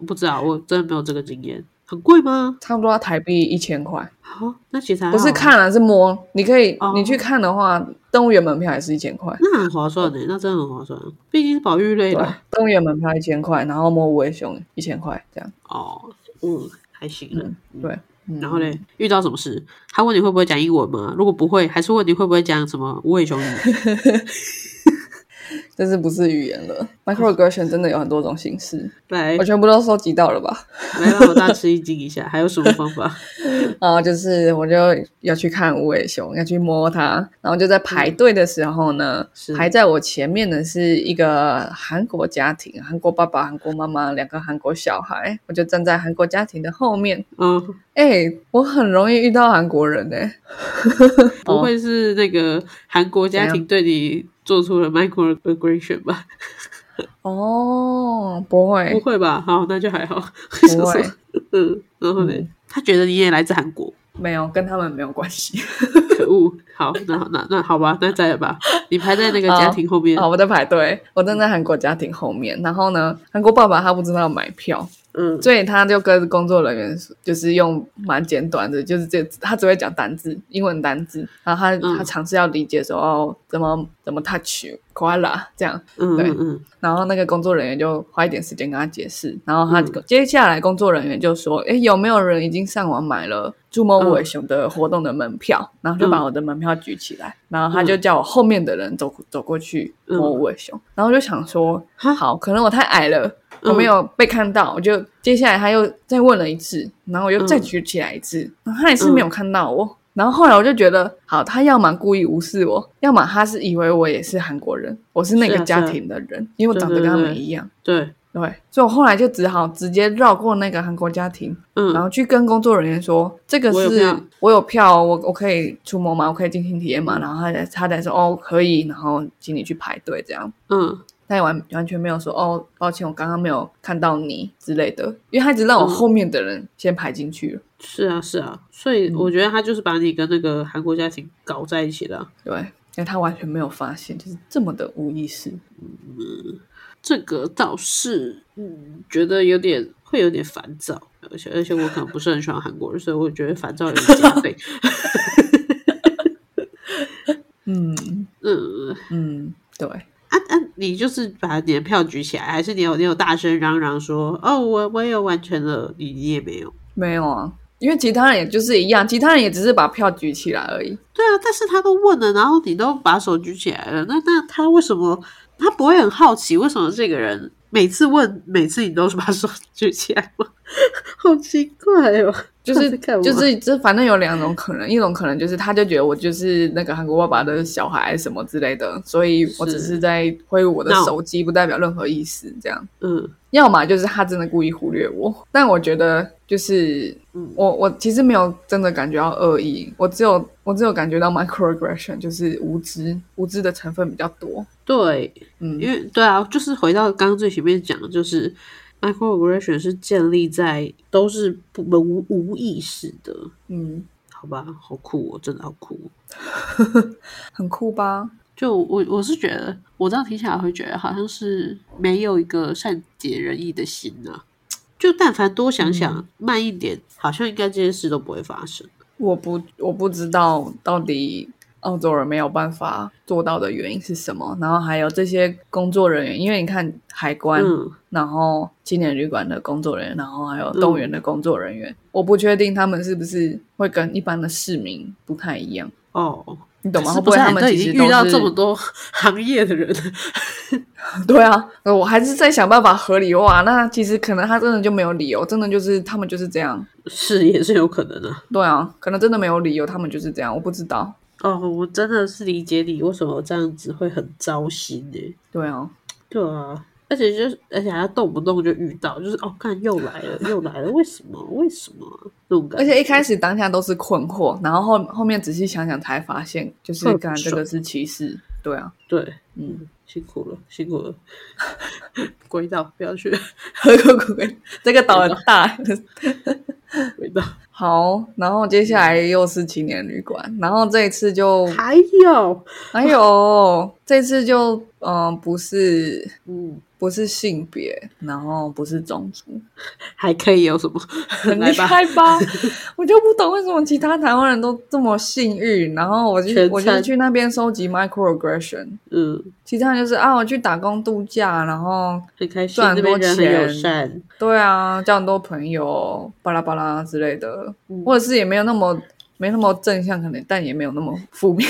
Speaker 2: 不知道我真的没有这个经验，很贵吗？
Speaker 1: 差不多要台币一千块。
Speaker 2: 好、那其实还好
Speaker 1: 不是，看了、是摸，你可以、
Speaker 2: 啊哦
Speaker 1: 你去看的话，动物园门票也是一千块。
Speaker 2: 那很划算的，欸那真的很划算，毕竟是保育类
Speaker 1: 对啊
Speaker 2: 的，
Speaker 1: 动物园门票一千块，然后摸无尾熊一千块，这样。
Speaker 2: 哦，嗯，还行了。
Speaker 1: 对，嗯
Speaker 2: 然后嘞，遇到什么事？他问 你会不会讲英文吗？如果不会，还是问你会不会讲什么无尾熊语？
Speaker 1: 这是不是语言了？microaggression 真的有很多种形式，
Speaker 2: 来
Speaker 1: 我全部都收集到了吧？
Speaker 2: 来让我大吃一惊一下，还有什么方 法？
Speaker 1: 然后就是我就要去看无尾熊，要去摸它，然后就在排队的时候呢
Speaker 2: 是，
Speaker 1: 排在我前面的是一个韩国家庭，韩国爸爸、韩国妈妈，两个韩国小孩，我就站在韩国家庭的后面。
Speaker 2: 嗯，
Speaker 1: 哎、我很容易遇到韩国人哎、哦
Speaker 2: 不会是那个韩国家
Speaker 1: 怎
Speaker 2: 庭对你做出了 microaggression 吧？
Speaker 1: 哦，不会，
Speaker 2: 不会吧？好，那就还好。
Speaker 1: 不会
Speaker 2: 想说，嗯，然后呢？他觉得你也来自韩国，
Speaker 1: 没有跟他们没有关系。
Speaker 2: 可恶！好，那好，那那好吧，那再来吧。你排在那个家庭后面，
Speaker 1: 好，我在排队，我站在韩国家庭后面。然后呢，韩国爸爸他不知道买票，
Speaker 2: 嗯，
Speaker 1: 所以他就跟工作人员说就是用蛮简短的，就是这他只会讲单字，英文单字。然后他、
Speaker 2: 嗯
Speaker 1: 他尝试要理解说哦，怎么怎么 touch koala 这样。
Speaker 2: 嗯
Speaker 1: 对
Speaker 2: 嗯嗯，
Speaker 1: 然后那个工作人员就花一点时间跟他解释。然后他、
Speaker 2: 嗯
Speaker 1: 接下来工作人员就说：“诶，有没有人已经上网买了筑梦
Speaker 2: 嗯
Speaker 1: 尾熊的活动的门票？”然后就把
Speaker 2: 嗯
Speaker 1: 我的门票举起来，然后他就叫我后面的人走走过去
Speaker 2: 嗯
Speaker 1: 摸尾熊。然后我就想说
Speaker 2: 哈：“
Speaker 1: 好，可能我太矮了。”我
Speaker 2: 嗯
Speaker 1: 没有被看到，我就接下来他又再问了一次，然后我又再
Speaker 2: 嗯
Speaker 1: 举起来一次，然后他也是没有看到我。然后后来我就觉得，好，他要么故意无视我，要么他是以为我也是韩国人，我是那
Speaker 2: 是
Speaker 1: 个
Speaker 2: 啊
Speaker 1: 家
Speaker 2: 是啊
Speaker 1: 庭的人，因为我长得跟他
Speaker 2: 对对
Speaker 1: 们
Speaker 2: 对
Speaker 1: 一样。
Speaker 2: 对，
Speaker 1: 对，所以我后来就只好直接绕过那个韩国家庭，然
Speaker 2: 嗯
Speaker 1: 后去跟工作人员说，这个
Speaker 2: 我有
Speaker 1: 是
Speaker 2: 票
Speaker 1: 我有票哦，我我可以触摸吗？我可以进行体验吗？然后他才他才说，哦，可以，然后请你去排队这样。
Speaker 2: 嗯
Speaker 1: 他也完完全没有说哦，抱歉，我刚刚没有看到你之类的，因为他一直让我
Speaker 2: 嗯
Speaker 1: 后面的人先排进去了。
Speaker 2: 是啊是啊，所以
Speaker 1: 嗯
Speaker 2: 我觉得他就是把你跟那个韩国家庭搞在一起了。
Speaker 1: 对，因为他完全没有发现，就是这么的无意识。
Speaker 2: 这个倒是，嗯，觉得有点会有点烦躁，而且而且我可能不是很喜欢韩国人，所以我觉得烦躁有点加倍。
Speaker 1: 嗯
Speaker 2: 嗯
Speaker 1: 嗯，对，
Speaker 2: 啊啊，你就是把你的票举起来，还是你有你有大声嚷嚷说，哦，我我也有完成了，你你也没有。
Speaker 1: 没有啊，因为其他人也就是一样，其他人也只是把票举起来而已。
Speaker 2: 对啊，但是他都问了，然后你都把手举起来了，那那他为什么他不会很好奇，为什么这个人每次问，每次你都是把手举起来吗？ 好奇怪哦，
Speaker 1: 就是
Speaker 2: 在干嘛
Speaker 1: 就是这，反正有两种可能，一种可能就是他就觉得我就是那个韩国爸爸的小孩什么之类的，所以我只
Speaker 2: 是
Speaker 1: 是在挥舞我的
Speaker 2: No
Speaker 1: 手机，不代表任何意思这样。
Speaker 2: 嗯
Speaker 1: 要么就是他真的故意忽略我，但我觉得就是
Speaker 2: 嗯
Speaker 1: 我我其实没有真的感觉到恶意，我只有我只有感觉到 microaggression 就是无知，无知的成分比较多。
Speaker 2: 对，
Speaker 1: 嗯
Speaker 2: 因为对啊，就是回到刚刚最前面讲的，就是 microaggression 是建立在都是不无无意识的，
Speaker 1: 嗯，
Speaker 2: 好吧，好酷哦，真的好酷哦、
Speaker 1: 很酷吧？
Speaker 2: 就我我是觉得，我这样听起来会觉得好像是没有一个善解人意的心啊。就但凡多想想、
Speaker 1: 嗯
Speaker 2: 慢一点，好像应该这些事都不会发生。
Speaker 1: 我不我不知道到底澳洲人没有办法做到的原因是什么，然后还有这些工作人员，因为你看海关，
Speaker 2: 嗯，
Speaker 1: 然后青年旅馆的工作人员，然后还有动物
Speaker 2: 嗯
Speaker 1: 园的工作人员，我不确定他们是不是会跟一般的市民不太一样，
Speaker 2: 哦，
Speaker 1: 你懂吗？
Speaker 2: 是
Speaker 1: 会不
Speaker 2: 不
Speaker 1: 会
Speaker 2: 是
Speaker 1: 他
Speaker 2: 啊
Speaker 1: 们
Speaker 2: 都
Speaker 1: 其
Speaker 2: 已
Speaker 1: 实
Speaker 2: 经
Speaker 1: 都
Speaker 2: 遇到
Speaker 1: 是
Speaker 2: 这么多 行业的人，
Speaker 1: 对啊，呃我还是在想办法合理化。那其实可能他真的就没有理由，真的就是他们就是这样。
Speaker 2: 是也是有可能的、
Speaker 1: 对啊，可能真的没有理由，他们就是这样，我不知道。
Speaker 2: 哦，我真的是理解你为什么这样子会很糟心呢、
Speaker 1: 对啊，
Speaker 2: 对啊，而且就是，而且还动不动就遇到，就是哦，看又来了，又来了，为什么？为什么啊？那种感
Speaker 1: 而
Speaker 2: 觉。
Speaker 1: 且一开始当下都是困惑，然后后后面仔细想想才发现，就是
Speaker 2: 会不
Speaker 1: 刚才这
Speaker 2: 爽
Speaker 1: 个是歧视。对啊，
Speaker 2: 对，
Speaker 1: 嗯，
Speaker 2: 辛苦了， 辛苦了，轨道不要去
Speaker 1: 何苦苦
Speaker 2: 嗯
Speaker 1: 归 这个岛很大。
Speaker 2: 轨道。
Speaker 1: 好，然后接下来又是青年旅馆，然后这一次就
Speaker 2: 还有，
Speaker 1: 还有这次就嗯、不是
Speaker 2: 嗯，
Speaker 1: 不是性别，然后不是种族，
Speaker 2: 还可以有什么？
Speaker 1: 很
Speaker 2: 来
Speaker 1: 厉
Speaker 2: 吧，
Speaker 1: 害吧？ 我就不懂为什么其他台湾人都这么幸运，然后我就
Speaker 2: 全
Speaker 1: 我就
Speaker 2: 餐
Speaker 1: 去那边收集 microaggression，
Speaker 2: 嗯，
Speaker 1: 其他人就是啊，我去打工度假，然后
Speaker 2: 很开心，
Speaker 1: 赚
Speaker 2: 那
Speaker 1: 很多
Speaker 2: 边人很友
Speaker 1: 钱
Speaker 2: 善，
Speaker 1: 对啊，交很多朋友，巴拉巴拉之类的，
Speaker 2: 嗯
Speaker 1: 或者是也没有那么没那么正向，可能但也没有那么负面。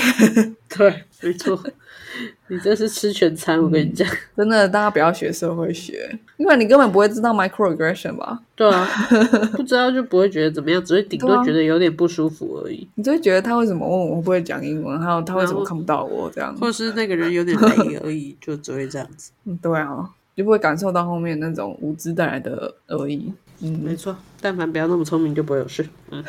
Speaker 2: 对，没错， 你这是吃全餐，我跟你讲。
Speaker 1: 真的，大家不要学社会学，因为你根本不会知道 microaggression 吧？
Speaker 2: 对啊，不知道就不会觉得怎么样，只会顶
Speaker 1: 对
Speaker 2: 多
Speaker 1: 啊
Speaker 2: 觉得有点不舒服而已，
Speaker 1: 你就会觉得他为什么问我会不会讲英文，还有他为什么
Speaker 2: 然后
Speaker 1: 看不到我这样。
Speaker 2: 或是那个人有点累而 已，就只会这样子。
Speaker 1: 嗯，对啊，就不会感受到后面那种无知带来的恶意。嗯，
Speaker 2: 没错，但凡不要那么聪明，就不会有事。 嗯，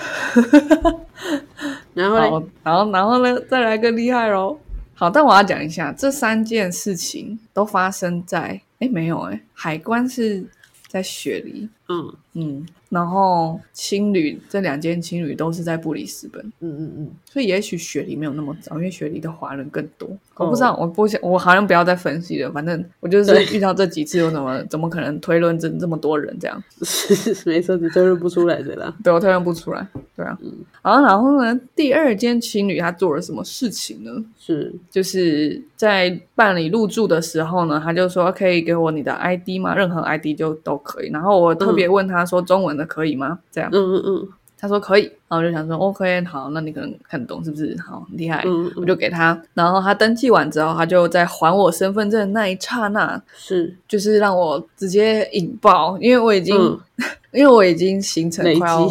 Speaker 2: 然后
Speaker 1: 好
Speaker 2: 嘞，，
Speaker 1: 然后然后呢，再来更厉害喽。好，但我要讲一下，这三件事情都发生在，哎，没有，哎，海关是在雪梨，
Speaker 2: 嗯
Speaker 1: 嗯，然后青旅这两间青旅都是在布里斯本，
Speaker 2: 嗯嗯嗯，
Speaker 1: 所以也许雪梨没有那么糟，因为雪梨的华人更多。我不知道，我不想，我好像不要再分析了，反正我就是
Speaker 2: 哦对
Speaker 1: 遇到这几次，我怎么怎么可能推论这这么多人这样？
Speaker 2: 没错，你都认不出来的啦。
Speaker 1: 对我推论不出来，对啊。
Speaker 2: 嗯
Speaker 1: 然后然后呢，第二间情侣他做了什么事情呢？
Speaker 2: 是，
Speaker 1: 就是在办理入住的时候呢，他就说可以给我你的 ID 吗？任何 ID 就都可以。然后我特别问他说中文的可以吗？这样
Speaker 2: 嗯嗯嗯
Speaker 1: 他说可以，然后我就想说 OK 好，那你可能看得懂是不是？好很厉害。
Speaker 2: 嗯，
Speaker 1: 哎我就给他，然后他登记完之后，他就在还我身份证的那一刹那，
Speaker 2: 是
Speaker 1: 就是让我直接引爆，因为我已经、
Speaker 2: 嗯
Speaker 1: 因为我已经行程
Speaker 2: 累积
Speaker 1: 快要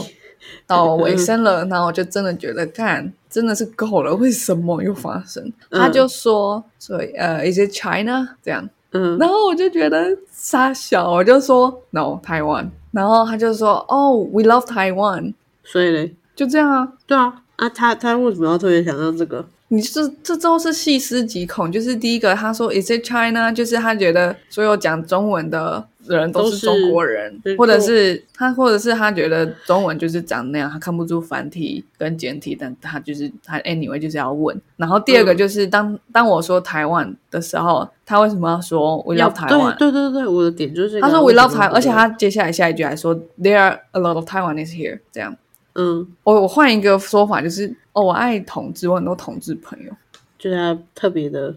Speaker 1: 到尾声了，然后我就真的觉得，干真的是够了，为什么又发生？
Speaker 2: 嗯
Speaker 1: 他就说，所以呃，一些 China 这样，
Speaker 2: 嗯
Speaker 1: 然后我就觉得傻小，我就说 No 台湾，然后他就说哦、w e love Taiwan，
Speaker 2: 所以嘞，
Speaker 1: 就这样啊。
Speaker 2: 对啊，啊，他他为什么要特别想到这个？
Speaker 1: 你这这都是细思极恐，就是第一个他说 Is it China？就是他觉得所有讲中文的人都
Speaker 2: 都
Speaker 1: 是
Speaker 2: 是
Speaker 1: 中国人
Speaker 2: 对，
Speaker 1: 或者是他，或者是他觉得中文就是长那样，他看不出繁体跟简体，但他就是他 anyway 就是要问。然后第二个
Speaker 2: 嗯
Speaker 1: 就是当、当我说台湾的时候，他为什么要说 We
Speaker 2: 要
Speaker 1: love 台湾？
Speaker 2: 对对对对，我的点就是
Speaker 1: 他说 We
Speaker 2: 为什
Speaker 1: love
Speaker 2: 么
Speaker 1: 台，
Speaker 2: 要
Speaker 1: 而且
Speaker 2: 这个
Speaker 1: 他接下来下一句还说 There are a lot of Taiwanese here。这样，
Speaker 2: 嗯，
Speaker 1: 我我换一个说法就是哦，我爱同志，我很多同志朋友。
Speaker 2: 就是他特别的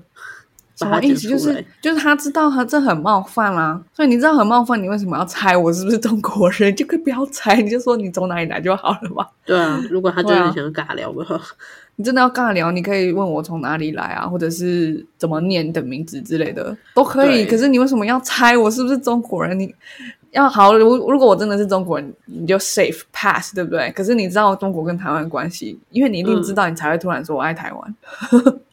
Speaker 1: 什
Speaker 2: 把
Speaker 1: 么
Speaker 2: 它
Speaker 1: 意
Speaker 2: 解
Speaker 1: 思？就
Speaker 2: 出
Speaker 1: 是
Speaker 2: 来，
Speaker 1: 就是他知道他这很冒犯啦、所以你知道很冒犯，你为什么要猜我是不是中国人？就可以不要猜，你就说你从哪里来就好了嘛。
Speaker 2: 对啊，如果他真
Speaker 1: 对啊
Speaker 2: 的想要尬聊的话，
Speaker 1: 你真的要尬聊，你可以问我从哪里来啊，或者是怎么念你的名字之类的都可以。
Speaker 2: 对
Speaker 1: 可是你为什么要猜我是不是中国人？你要好，如如果我真的是中国人，你就 safe pass，对不对？可是你知道中国跟台湾的关系，因为你一定
Speaker 2: 嗯
Speaker 1: 知道，你才会突然说我爱台湾。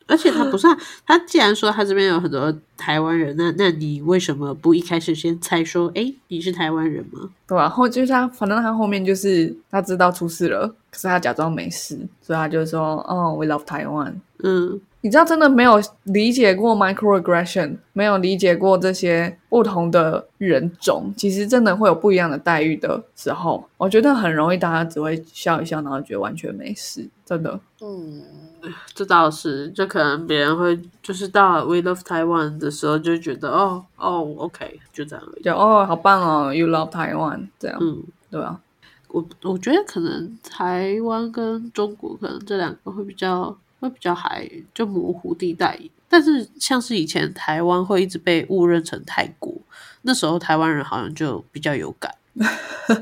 Speaker 2: 而且他不是、啊、他，既然说他这边有很多台湾人，那那你为什么不一开始先猜说，哎，你是台湾人吗？
Speaker 1: 对吧、后就是他，反正他后面就是他知道出事了，可是他假装没事，所以他就说：“哦，We love Taiwan。
Speaker 2: 嗯，”
Speaker 1: 你知道，真的没有理解过 microaggression，没有理解过这些不同的人种，其实真的会有不一样的待遇的时候。我觉得很容易，大家只会笑一笑，然后觉得完全没事，真的。
Speaker 2: 嗯，这倒是，就可能别人会就是到 We Love Taiwan 的时候就觉得哦哦，OK，就这样而已。
Speaker 1: 就哦，好棒哦，You love Taiwan，这样，
Speaker 2: 嗯，
Speaker 1: 对啊，
Speaker 2: 我我觉得可能台湾跟中国可能这两个会比较会比较还就模糊地带，但是像是以前台湾会一直被误认成泰国，那时候台湾人好像就比较有感，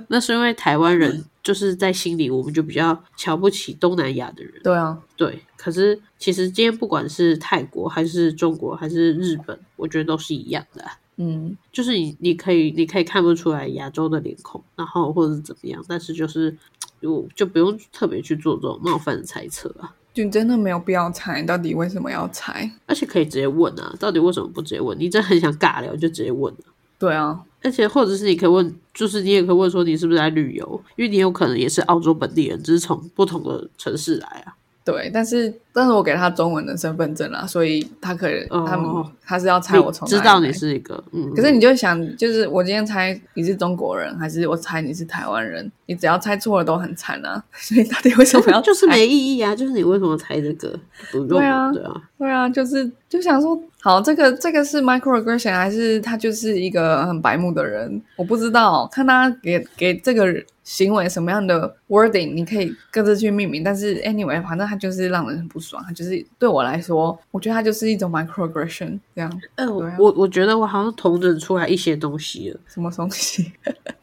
Speaker 2: 那是因为台湾人就是在心里我们就比较瞧不起东南亚的人，
Speaker 1: 对啊，
Speaker 2: 对，可是其实今天不管是泰国还是中国还是日本，我觉得都是一样的啊、
Speaker 1: 嗯，
Speaker 2: 就是你你可以你可以看不出来亚洲的脸孔，然后或者是怎么样，但是就是我就不用特别去做这种冒犯的猜测啊，
Speaker 1: 就真的没有必要猜，你到底为什么要猜？
Speaker 2: 而且可以直接问啊，到底为什么不直接问？你真的很想尬聊就直接问啊，
Speaker 1: 对啊，
Speaker 2: 而且或者是你可以问，就是你也可以问说你是不是在旅游，因为你有可能也是澳洲本地人，只是从不同的城市来啊。
Speaker 1: 对，但是但是我给他中文的身份证啦，所以他可以，
Speaker 2: 哦
Speaker 1: 他们他是要猜我从
Speaker 2: 你
Speaker 1: 哪里
Speaker 2: 知道你
Speaker 1: 来。
Speaker 2: 是一个，嗯，
Speaker 1: 可是你就想，就是我今天猜你是中国人，还是我猜你是台湾人？你只要猜错了都很惨啊！所以到底为什么要猜
Speaker 2: 就是没意义啊，就是你为什么猜这个？不用
Speaker 1: 对啊
Speaker 2: 对啊，
Speaker 1: 对啊，就是就想说，好，这个这个是 microaggression 还是他就是一个很白目的人？我不知道，看他给给这个行为什么样的 wording，你可以各自去命名。但是 anyway，反正他就是让人很不爽，他就是对我来说，我觉得他就是一种 microaggression，这样
Speaker 2: 哎、我
Speaker 1: 对啊
Speaker 2: 我我觉得我好像统整出来一些东西了，
Speaker 1: 什么东西？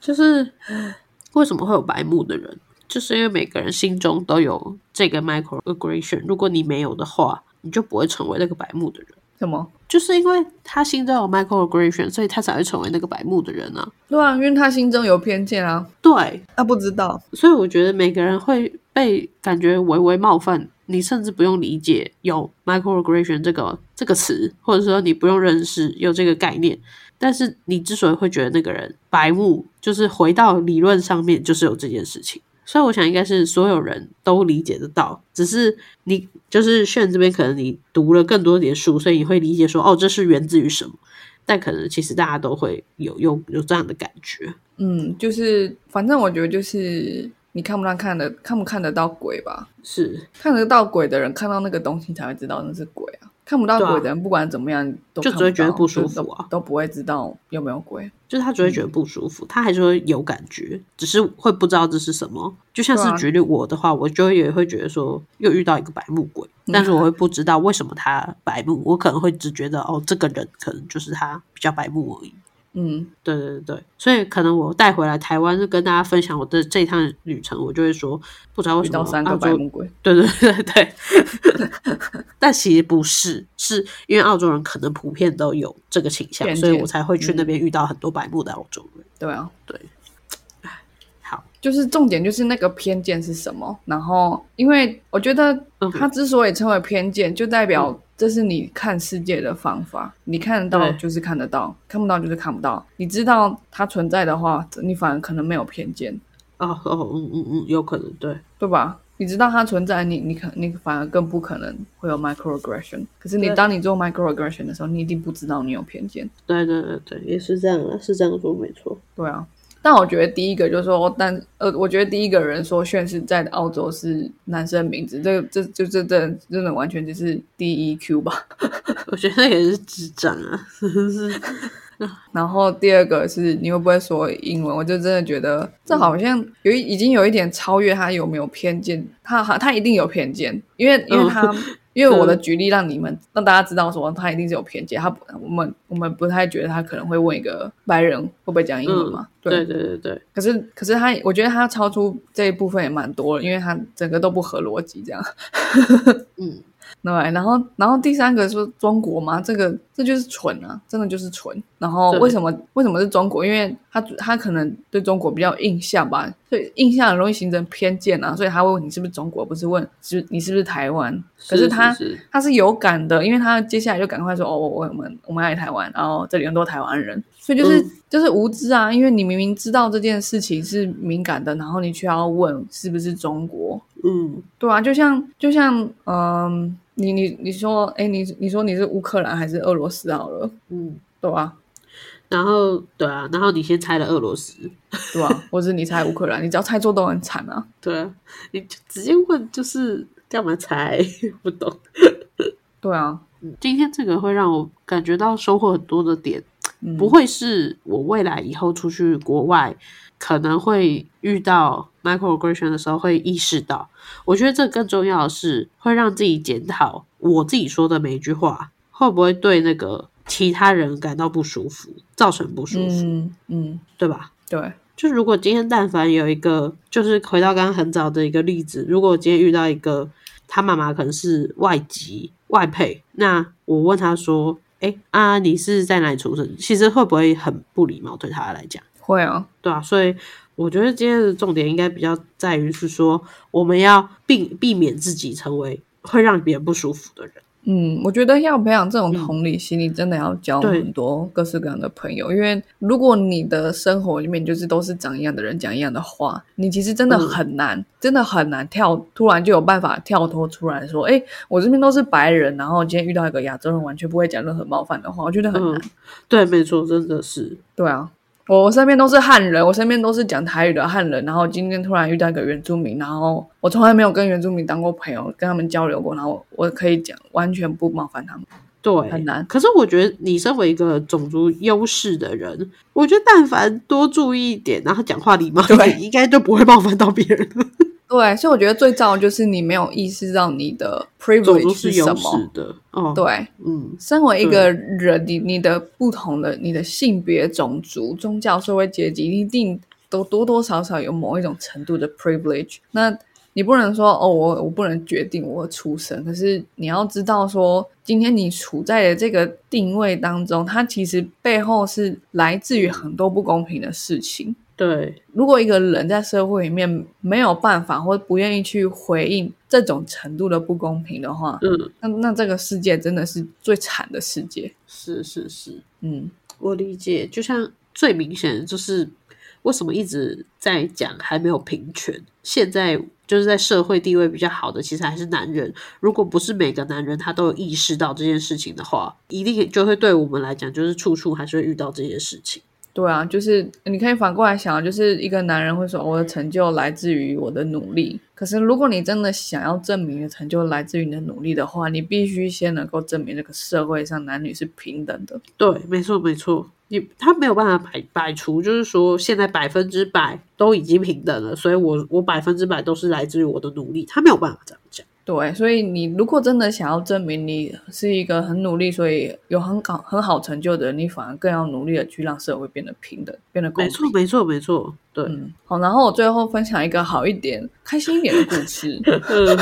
Speaker 2: 就是为什么会有白目的人，就是因为每个人心中都有这个 microaggression，如果你没有的话，你就不会成为那个白目的人。
Speaker 1: 什么？
Speaker 2: 就是因为他心中有 microaggression，所以他才会成为那个白目的人啊。
Speaker 1: 对啊，因为他心中有偏见啊，
Speaker 2: 对，
Speaker 1: 他不知道。
Speaker 2: 所以我觉得每个人会被感觉微微冒犯，你甚至不用理解有 microaggression 这个这个词，或者说你不用认识有这个概念。但是你之所以会觉得那个人白目，就是回到理论上面就是有这件事情。所以我想应该是所有人都理解得到，只是你就是炫这边可能你读了更多点书，所以你会理解说哦，这是源自于什么。但可能其实大家都会有有有这样的感觉，
Speaker 1: 嗯，就是反正我觉得就是你看不看看得看不看得到鬼吧，
Speaker 2: 是
Speaker 1: 看得到鬼的人看到那个东西才会知道那是鬼啊，看不到
Speaker 2: 对啊
Speaker 1: 鬼的人、不管怎么样都
Speaker 2: 就
Speaker 1: 看
Speaker 2: 只会
Speaker 1: 不
Speaker 2: 觉得
Speaker 1: 到
Speaker 2: 不舒
Speaker 1: 就是都
Speaker 2: 服啊
Speaker 1: 都不会知道有没有鬼。
Speaker 2: 就是他只会觉得
Speaker 1: 嗯
Speaker 2: 不舒服，他还是会有感觉，只是会不知道这是什么。就像
Speaker 1: 对啊
Speaker 2: 是举例我的话，我就也会觉得说又遇到一个白目鬼，
Speaker 1: 嗯
Speaker 2: 但是我会不知道为什么他白目，我可能会只觉得哦，这个人可能就是他比较白目而已。
Speaker 1: 嗯，
Speaker 2: 对对对对，所以可能我带回来台湾，就跟大家分享我的这一趟旅程，我就会说，不知道为
Speaker 1: 遇
Speaker 2: 什
Speaker 1: 到
Speaker 2: 么
Speaker 1: 三
Speaker 2: 澳
Speaker 1: 个
Speaker 2: 洲
Speaker 1: 白目鬼，
Speaker 2: 对对对对， 但其实不是，是因为澳洲人可能普遍都有这个倾向，
Speaker 1: 偏
Speaker 2: 所以
Speaker 1: 见嗯
Speaker 2: 我才会去那边遇到很多白目的澳洲人。
Speaker 1: 对啊，
Speaker 2: 好，
Speaker 1: 就是重点就是那个偏见是什么。然后，因为我觉得
Speaker 2: 嗯
Speaker 1: 它之所以称为偏见，就代表这是你看世界的方法。你看得到
Speaker 2: 对
Speaker 1: 就是看得到，看不到就是看不到。你知道它存在的话，你反而可能没有偏见，
Speaker 2: 哦哦嗯嗯嗯，有可能对，
Speaker 1: 对吧？你知道它存在，你你可你反而更不可能会有 microaggression。可是你
Speaker 2: 对
Speaker 1: 当你做 microaggression 的时候，你一定不知道你有偏见。
Speaker 2: 对对对对，也是这样啊，是这样说没错。
Speaker 1: 对啊，但我觉得第一个就是说，但呃，我觉得第一个人说炫是在澳洲是男生的名字，这这就这这真的完全就是 D E Q 吧。
Speaker 2: 我觉得也是智障啊，是
Speaker 1: 然后第二个是你会不会说英文，我就真的觉得这好像有一已经有一点超越他有没有偏见，他他他一定有偏见，因为因为他。因为我的举例让你们让大家知道说他一定是有偏见，他不我们我们不太觉得他可能会问一个白人会不会讲英文嘛？
Speaker 2: 对对对对，
Speaker 1: 可是，可是他，我觉得他超出这一部分也蛮多了，因为他整个都不合逻辑这样。
Speaker 2: 嗯，
Speaker 1: 对，然后，然后第三个说中国嘛，这个这就是蠢啊，真的就是蠢。然后
Speaker 2: 对
Speaker 1: 为什么为什么是中国？因为他他可能对中国比较有印象吧，所以印象很容易形成偏见啊，所以他会问你是不是中国，不是问是你是不是台湾。可
Speaker 2: 是
Speaker 1: 他
Speaker 2: 是是
Speaker 1: 他是有感的，因为他接下来就赶快说哦，我我我们我们爱台湾，然后这里很多台湾人，所以就是、
Speaker 2: 嗯
Speaker 1: 就是无知啊，因为你明明知道这件事情是敏感的，然后你却要问是不是中国，
Speaker 2: 嗯
Speaker 1: 对啊，就像就像嗯、你你你说哎，你你说你是乌克兰还是俄罗斯好了，
Speaker 2: 嗯，
Speaker 1: 对啊，
Speaker 2: 然后对啊，然后你先猜了俄罗斯，
Speaker 1: 对啊，或者你猜乌克兰，你只要猜错都很惨啊，
Speaker 2: 对啊，你就直接问就是干嘛猜， 不懂。
Speaker 1: 对啊，
Speaker 2: 今天这个会让我感觉到收获很多的点，
Speaker 1: 嗯、
Speaker 2: 不会是我未来以后出去国外可能会遇到 microaggression 的时候会意识到。我觉得这更重要的是会让自己检讨我自己说的每一句话会不会对那个其他人感到不舒服，造成不舒服，
Speaker 1: 嗯嗯，
Speaker 2: 对吧？
Speaker 1: 对，
Speaker 2: 就如果今天但凡有一个，就是回到刚刚很早的一个例子，如果我今天遇到一个他妈妈可能是外籍外配，那我问他说：“哎、啊，你是在哪里出生？”其实会不会很不礼貌对他来讲？
Speaker 1: 会啊，
Speaker 2: 对啊，所以我觉得今天的重点应该比较在于是说，我们要避避免自己成为会让别人不舒服的人。
Speaker 1: 嗯，我觉得要培养这种
Speaker 2: 嗯
Speaker 1: 同理心，你真的要交
Speaker 2: 对
Speaker 1: 很多各式各样的朋友，因为如果你的生活里面就是都是长一样的人讲一样的话，你其实真的
Speaker 2: 嗯
Speaker 1: 很难，真的很难跳，突然就有办法跳脱出来说，哎，我这边都是白人，然后今天遇到一个亚洲人，完全不会讲任何冒犯的话，我觉得很难。
Speaker 2: 嗯，对，没错，真的是，
Speaker 1: 对啊，我身边都是汉人，我身边都是讲台语的汉人，然后今天突然遇到一个原住民，然后我从来没有跟原住民当过朋友，跟他们交流过，然后我可以讲完全不冒犯他们，
Speaker 2: 对，
Speaker 1: 很难。
Speaker 2: 可是我觉得你身为一个种族优势的人，我觉得但凡多注意一点，然后讲话礼貌一
Speaker 1: 对
Speaker 2: 点，应该就不会冒犯到别人了。
Speaker 1: 对，所以我觉得最糟的就是你没有意识到你的
Speaker 2: 种族
Speaker 1: privilege
Speaker 2: 是
Speaker 1: 什
Speaker 2: 优势
Speaker 1: 么。
Speaker 2: 的，哦，，
Speaker 1: 对，
Speaker 2: 嗯，
Speaker 1: 身为一个人，你你的不同的你的性别、种族、宗教、社会阶级，一定都多多少少有某一种程度的 privilege。那你不能说哦，我我不能决定我的出身，可是你要知道说，今天你处在的这个定位当中，它其实背后是来自于很多不公平的事情。
Speaker 2: 对，
Speaker 1: 如果一个人在社会里面没有办法或不愿意去回应这种程度的不公平的话，
Speaker 2: 嗯，
Speaker 1: 那那这个世界真的是最惨的世界。
Speaker 2: 是是是，
Speaker 1: 嗯，
Speaker 2: 我理解。就像最明显的就是为什么一直在讲还没有平权，现在就是在社会地位比较好的，其实还是男人。如果不是每个男人他都有意识到这件事情的话，一定就会对我们来讲，就是处处还是会遇到这些事情。
Speaker 1: 对啊，就是你可以反过来想，就是一个男人会说哦我的成就来自于我的努力，可是如果你真的想要证明你的成就来自于你的努力的话，你必须先能够证明这个社会上男女是平等的。
Speaker 2: 对，没错，没错，你他没有办法摆摆除，就是说现在百分之百都已经平等了，所以我我百分之百都是来自于我的努力，他没有办法这样讲。
Speaker 1: 对，所以你如果真的想要证明你是一个很努力，所以有很高很好成就的人，你反而更要努力的去让社会变得平等，变得公
Speaker 2: 没
Speaker 1: 平。
Speaker 2: 错，没错，没错，对，
Speaker 1: 嗯，好，然后我最后分享一个好一点、开心一点的故事。
Speaker 2: 嗯，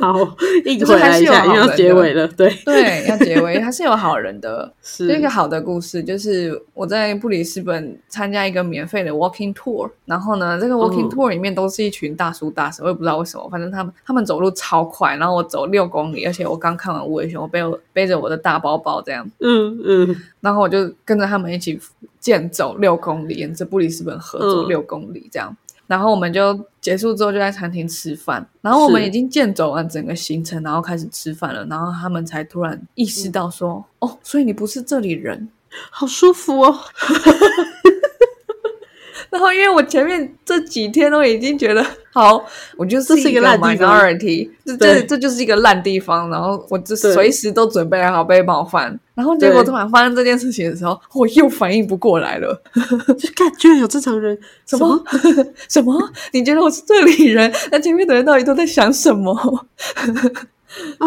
Speaker 2: 好，硬
Speaker 1: 就是
Speaker 2: 回
Speaker 1: 还
Speaker 2: 来
Speaker 1: 是
Speaker 2: 一
Speaker 1: 有
Speaker 2: 下，
Speaker 1: 好
Speaker 2: 要
Speaker 1: 人
Speaker 2: 结
Speaker 1: 的
Speaker 2: 尾了，对，
Speaker 1: 对，要结尾还是有好人的。
Speaker 2: 是
Speaker 1: 这个好的故事就是我在布里斯本参加一个免费的 walking tour，然后呢，这个 walking
Speaker 2: 嗯
Speaker 1: tour 里面都是一群大叔大婶，我也不知道为什么，反正他们他们走路超快，然后我走六公里，而且我刚看完无尾熊，我背我背着我的大包包这样，
Speaker 2: 嗯嗯
Speaker 1: 然后我就跟着他们一起健走六公里，沿着布里斯本河走
Speaker 2: 嗯
Speaker 1: 六公里这样。然后我们就结束之后就在餐厅吃饭，然后我们
Speaker 2: 是
Speaker 1: 已经健走完整个行程，然后开始吃饭了，然后他们才突然意识到说：“哦，所以你不是这里人。
Speaker 2: 好舒服哦，”
Speaker 1: 然后因为我前面这几天都已经觉得好，我就是
Speaker 2: 这是一个烂地方
Speaker 1: minority，这这
Speaker 2: 对
Speaker 1: 这就是一个烂地方，然后我就
Speaker 2: 对
Speaker 1: 随时都准备好被冒犯，然后结果
Speaker 2: 对
Speaker 1: 突然发生这件事情的时候，我又反应不过来了。
Speaker 2: 就看居然有正常人，
Speaker 1: 什么？ 什么？你觉得我是这里人？ 那前面的人到底都在想什么？
Speaker 2: 啊、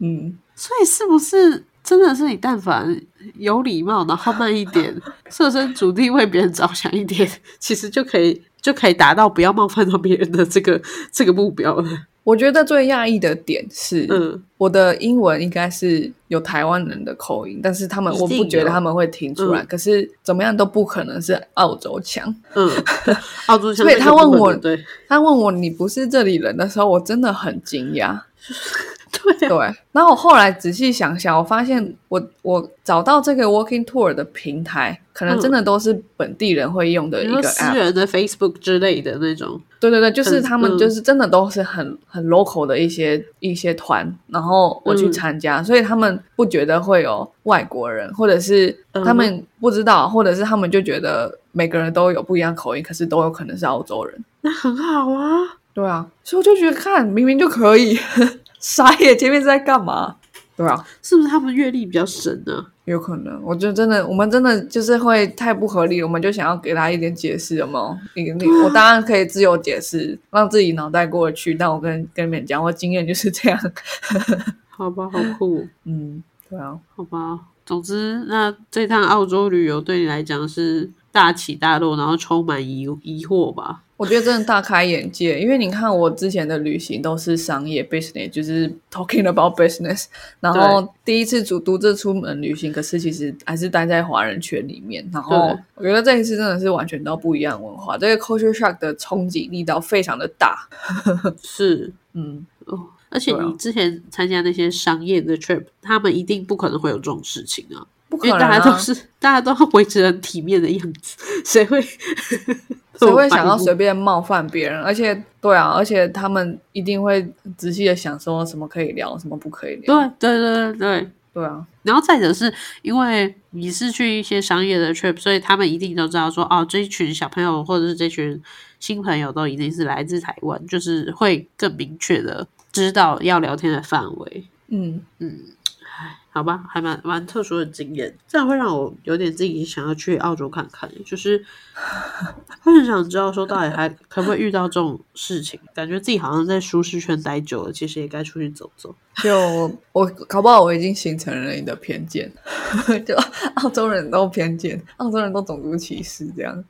Speaker 1: 嗯，
Speaker 2: 所以是不是真的是你但凡有礼貌，然后慢一点，设身处地为别人着想一点， 其实就可以就可以达到不要冒犯到别人的这个这个目标了。
Speaker 1: 我觉得最讶异的点是，
Speaker 2: 嗯，
Speaker 1: 我的英文应该是有台湾人的口音，但是他们
Speaker 2: 一定
Speaker 1: 我不觉得
Speaker 2: 有
Speaker 1: 他们会听出来，
Speaker 2: 嗯
Speaker 1: 可是怎么样都不可能是澳洲腔。
Speaker 2: 嗯，澳洲腔
Speaker 1: 所以
Speaker 2: 那个
Speaker 1: 他
Speaker 2: 部
Speaker 1: 问
Speaker 2: 分
Speaker 1: 我
Speaker 2: 对
Speaker 1: 他问我你不是这里人的时候，我真的很惊讶。
Speaker 2: 对啊，
Speaker 1: 对，然后我后来仔细想想，我发现我我找到这个 Walking Tour 的平台，可能
Speaker 2: 嗯
Speaker 1: 真的都是本地人会用的
Speaker 2: 比
Speaker 1: 一
Speaker 2: 如说
Speaker 1: 个
Speaker 2: 私
Speaker 1: app。
Speaker 2: 人的 Facebook 之类的那种，
Speaker 1: 对对对，就是
Speaker 2: 嗯
Speaker 1: 他们
Speaker 2: 嗯
Speaker 1: 就是真的都是很很 local 的一些一些团，然后我去
Speaker 2: 嗯
Speaker 1: 参加，所以他们不觉得会有外国人，或者是
Speaker 2: 嗯
Speaker 1: 他们不知道，或者是他们就觉得每个人都有不一样口音，可是都有可能是澳洲人。
Speaker 2: 那很好啊。
Speaker 1: 对啊，所以我就觉得看明明就可以， 傻眼前面是在干嘛？对啊，
Speaker 2: 是不是他们阅历比较深啊呢、
Speaker 1: 有可能，我就真的，我们真的就是会太不合理，我们就想要给他一点解释，有没有？你你，我当然可以自由解释，让自己脑袋过得去，但我跟跟你们讲，我经验就是这样。
Speaker 2: 好吧，好酷，
Speaker 1: 嗯，对啊，
Speaker 2: 好吧。总之，那这趟澳洲旅游对你来讲是大起大落，然后充满疑疑惑吧？
Speaker 1: 我觉得真的大开眼界，因为你看我之前的旅行都是商业 business，就是 talking about business，然后第一次独独自出门旅行，可是其实还是待在华人圈里面，然后
Speaker 2: 对
Speaker 1: 我觉得这一次真的是完全到不一样文化，这个 culture shock 的冲击力道非常的大，
Speaker 2: 是，
Speaker 1: 嗯。
Speaker 2: 哦，而且
Speaker 1: 对啊
Speaker 2: 你之前参加那些商业的 trip，他们一定不可能会有这种事情啊，
Speaker 1: 不可
Speaker 2: 因为
Speaker 1: 能、
Speaker 2: 大
Speaker 1: 啊，
Speaker 2: 家都是 大家都维持很体面的样子， 谁 会
Speaker 1: 谁
Speaker 2: 谁
Speaker 1: 会想要随便冒犯别人？而且，对啊，而且他们一定会仔细的想说什么可以聊，什么不可以聊。
Speaker 2: 对对对对对。
Speaker 1: 对啊，
Speaker 2: 然后再者是因为你是去一些商业的 trip，所以他们一定都知道说，哦，这一群小朋友或者是这群新朋友都一定是来自台湾，就是会更明确的知道要聊天的范围。
Speaker 1: 嗯，
Speaker 2: 好吧，还蛮蛮特殊的经验，这样会让我有点自己想要去澳洲看看，欸就是 会很想知道说到底还可不可以遇到这种事情，感觉自己好像在舒适圈待久了，其实也该出去走走。
Speaker 1: 就我搞不好我已经形成了你的 偏见，就澳洲人都偏见，澳洲人都种族歧视这样。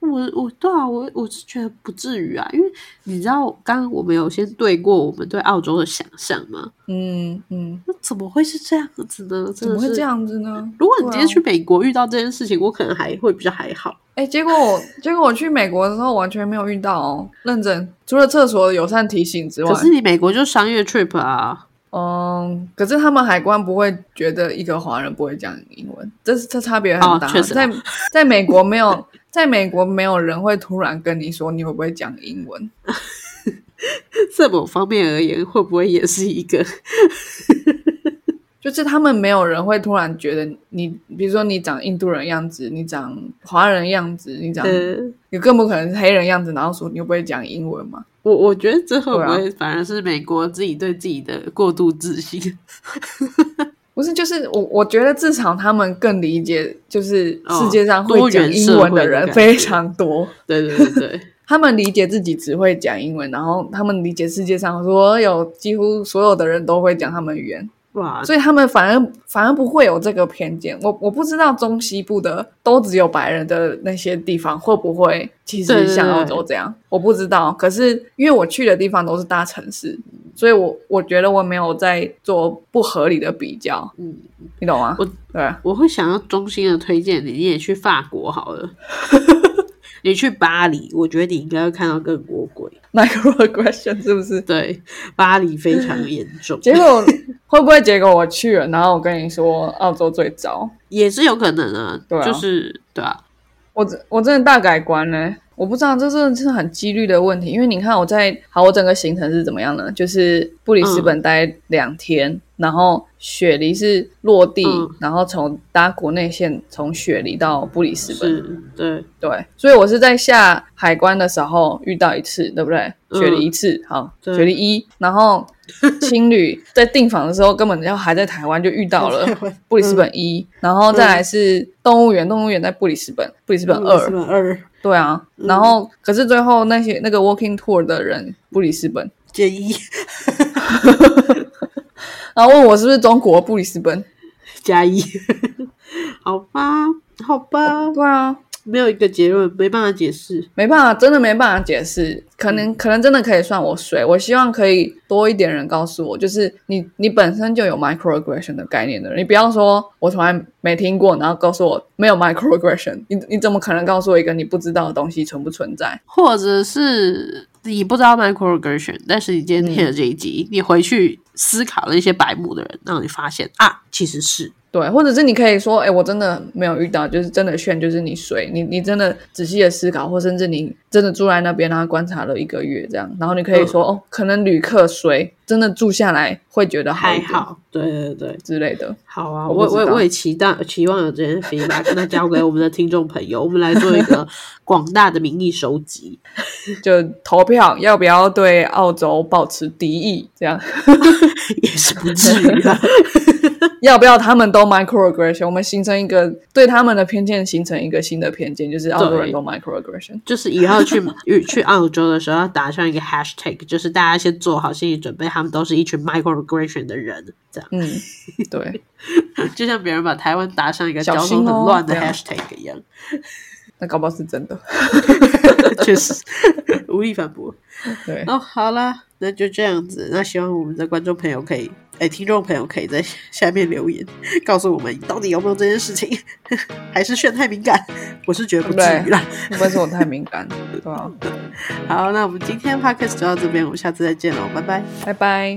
Speaker 2: 我我对啊，我我是觉得不至于啊，因为你知道，刚刚我们有先对过我们对澳洲的想象嘛，
Speaker 1: 嗯嗯，
Speaker 2: 那怎么会是这样子呢？
Speaker 1: 怎
Speaker 2: 真
Speaker 1: 么
Speaker 2: 的
Speaker 1: 会
Speaker 2: 是
Speaker 1: 这？样子呢？
Speaker 2: 如果你今
Speaker 1: 对啊
Speaker 2: 天去美国遇到这件事情，我可能还会比较还好。
Speaker 1: 哎、结果我结果我去美国的时候完全没有遇到哦，认真，除了厕所友善提醒之外
Speaker 2: 可，是你美国就商业 trip 啊，
Speaker 1: 嗯，可是他们海关不会觉得一个华人不会讲英文，这是这差别很
Speaker 2: 哦
Speaker 1: 大。
Speaker 2: 确实啊
Speaker 1: 在在美国没有， 在美国没有人会突然跟你说你会不会讲英文，
Speaker 2: 在某方面而言，会不会也是一个？
Speaker 1: 就是他们没有人会突然觉得你，比如说你长印度人样子，你长华人样子，你长、
Speaker 2: 呃，
Speaker 1: 你更不可能是黑人样子，然后说你会不会讲英文嘛？
Speaker 2: 我我觉得这会不
Speaker 1: 对啊
Speaker 2: 会反而是美国自己对自己的过度自信？
Speaker 1: 不是，就是我我觉得至少他们更理解，就是
Speaker 2: 哦
Speaker 1: 世界上
Speaker 2: 多
Speaker 1: 会讲
Speaker 2: 元
Speaker 1: 英
Speaker 2: 社
Speaker 1: 文
Speaker 2: 会的
Speaker 1: 人
Speaker 2: 感
Speaker 1: 非
Speaker 2: 觉
Speaker 1: 常多。
Speaker 2: 对对对对，
Speaker 1: 他们理解自己只会讲英文，然后他们理解世界上所有几乎所有的人都会讲他们语言，
Speaker 2: 哇，
Speaker 1: 所以他们反而反而不会有这个偏见。我我不知道中西部的都只有白人的那些地方会不会其
Speaker 2: 对
Speaker 1: 实
Speaker 2: 对
Speaker 1: 像
Speaker 2: 对
Speaker 1: 澳洲这样，我不知道。可是因为我去的地方都是大城市，所以我我觉得我没有在做不合理的比较，
Speaker 2: 嗯，
Speaker 1: 你懂吗？
Speaker 2: 我
Speaker 1: 对，啊
Speaker 2: 我会想要衷心的推荐你，你也去法国好了。 你去巴黎，我觉得你应该会看到更多鬼。
Speaker 1: microaggression 是不是？
Speaker 2: 对，巴黎非常严 重，
Speaker 1: 结 果会不会结果我去了，然后我跟你说澳洲最糟？
Speaker 2: 也是有可能的，
Speaker 1: 对啊
Speaker 2: 就是对啊，
Speaker 1: 我真我真的大改观呢、我不知道，这真的是很几率的问题。因为你看，我在好，我整个行程是怎么样呢？就是布里斯本待两天，然后雪梨是落地，
Speaker 2: 嗯
Speaker 1: 然后从搭国内线从雪梨到布里斯本。
Speaker 2: 是，对，
Speaker 1: 对，所以我是在下海关的时候遇到一次，对不对？
Speaker 2: 嗯
Speaker 1: 雪梨一次，好，
Speaker 2: 对
Speaker 1: 雪梨一，然 后青旅在订房的时候根本要还在台湾就嗯遇到了。布里斯本一、然后再来是动物园，动物园在布里斯本，布里斯本
Speaker 2: 二，
Speaker 1: 二
Speaker 2: 日，本二
Speaker 1: 对啊，
Speaker 2: 嗯
Speaker 1: 然后可是最后那些那个 walking tour 的人布里斯本，
Speaker 2: 减一
Speaker 1: 然后问我是不是中国布里斯本，
Speaker 2: 加一， 好吧，好吧，
Speaker 1: 对啊，
Speaker 2: 没有一个结论，没办法解释。
Speaker 1: 没办法，真的没办法解释，可能、可能真的可以算我水，我希望可以多一点人告诉我，就是你你本身就有 microaggression 的概念的人，你不要说我从来没听过，然后告诉我没有 microaggression，你你怎么可能告诉我一个你不知道的东西存不存在？
Speaker 2: 或者是你不知道 microaggression，但是你今天听了这一集，你回去思考了一些白目的人，让你发现啊，其实是
Speaker 1: 对，或者是你可以说，哎、我真的没有遇到，就是真的炫，就是你水，你你真的仔细的思考，或甚至你真的住在那边，然后观察了一个月这样，然后你可以
Speaker 2: 嗯
Speaker 1: 说，哦，可能旅客水真的住下来会觉得好一
Speaker 2: 还
Speaker 1: 点
Speaker 2: 好，对对对，
Speaker 1: 之类的。
Speaker 2: 好啊，
Speaker 1: 我
Speaker 2: 我
Speaker 1: 不知道
Speaker 2: 我我也期待期望有这些 feedback，那交给我们的听众朋友，我们来做一 个广大的民意收集。
Speaker 1: 就投票要不要对澳洲保持敌意，这样
Speaker 2: 也是不至于 啦。
Speaker 1: 要不要他们都 microaggression，我们形成一个对他们的偏见，形成一个新的偏见，就是澳洲人
Speaker 2: 对
Speaker 1: 都 microaggression。
Speaker 2: 就是以后去去澳洲的时候，要打上一个 hashtag，就是大家先做好心理准备，他们都是一群 microaggression 的人，这样
Speaker 1: 嗯，对。
Speaker 2: 就像别人把台湾打上一个交
Speaker 1: 小心
Speaker 2: 通很
Speaker 1: 哦
Speaker 2: 乱的
Speaker 1: 这样
Speaker 2: hashtag 一样。
Speaker 1: 那搞不好是真的，
Speaker 2: 确实无力反驳。
Speaker 1: 对，
Speaker 2: 哦，好啦，那就这样子。那希望我们的观众朋友可以，哎，听众朋友可以在下面留言，告诉我们到底有没有这件事情， 还是炫太敏感？我是觉得不至于啦。
Speaker 1: 会不会是我太敏 感？对啊吧、
Speaker 2: 好，那我们今天 podcast 就到这边，我们下次再见喽，拜拜。
Speaker 1: 拜拜。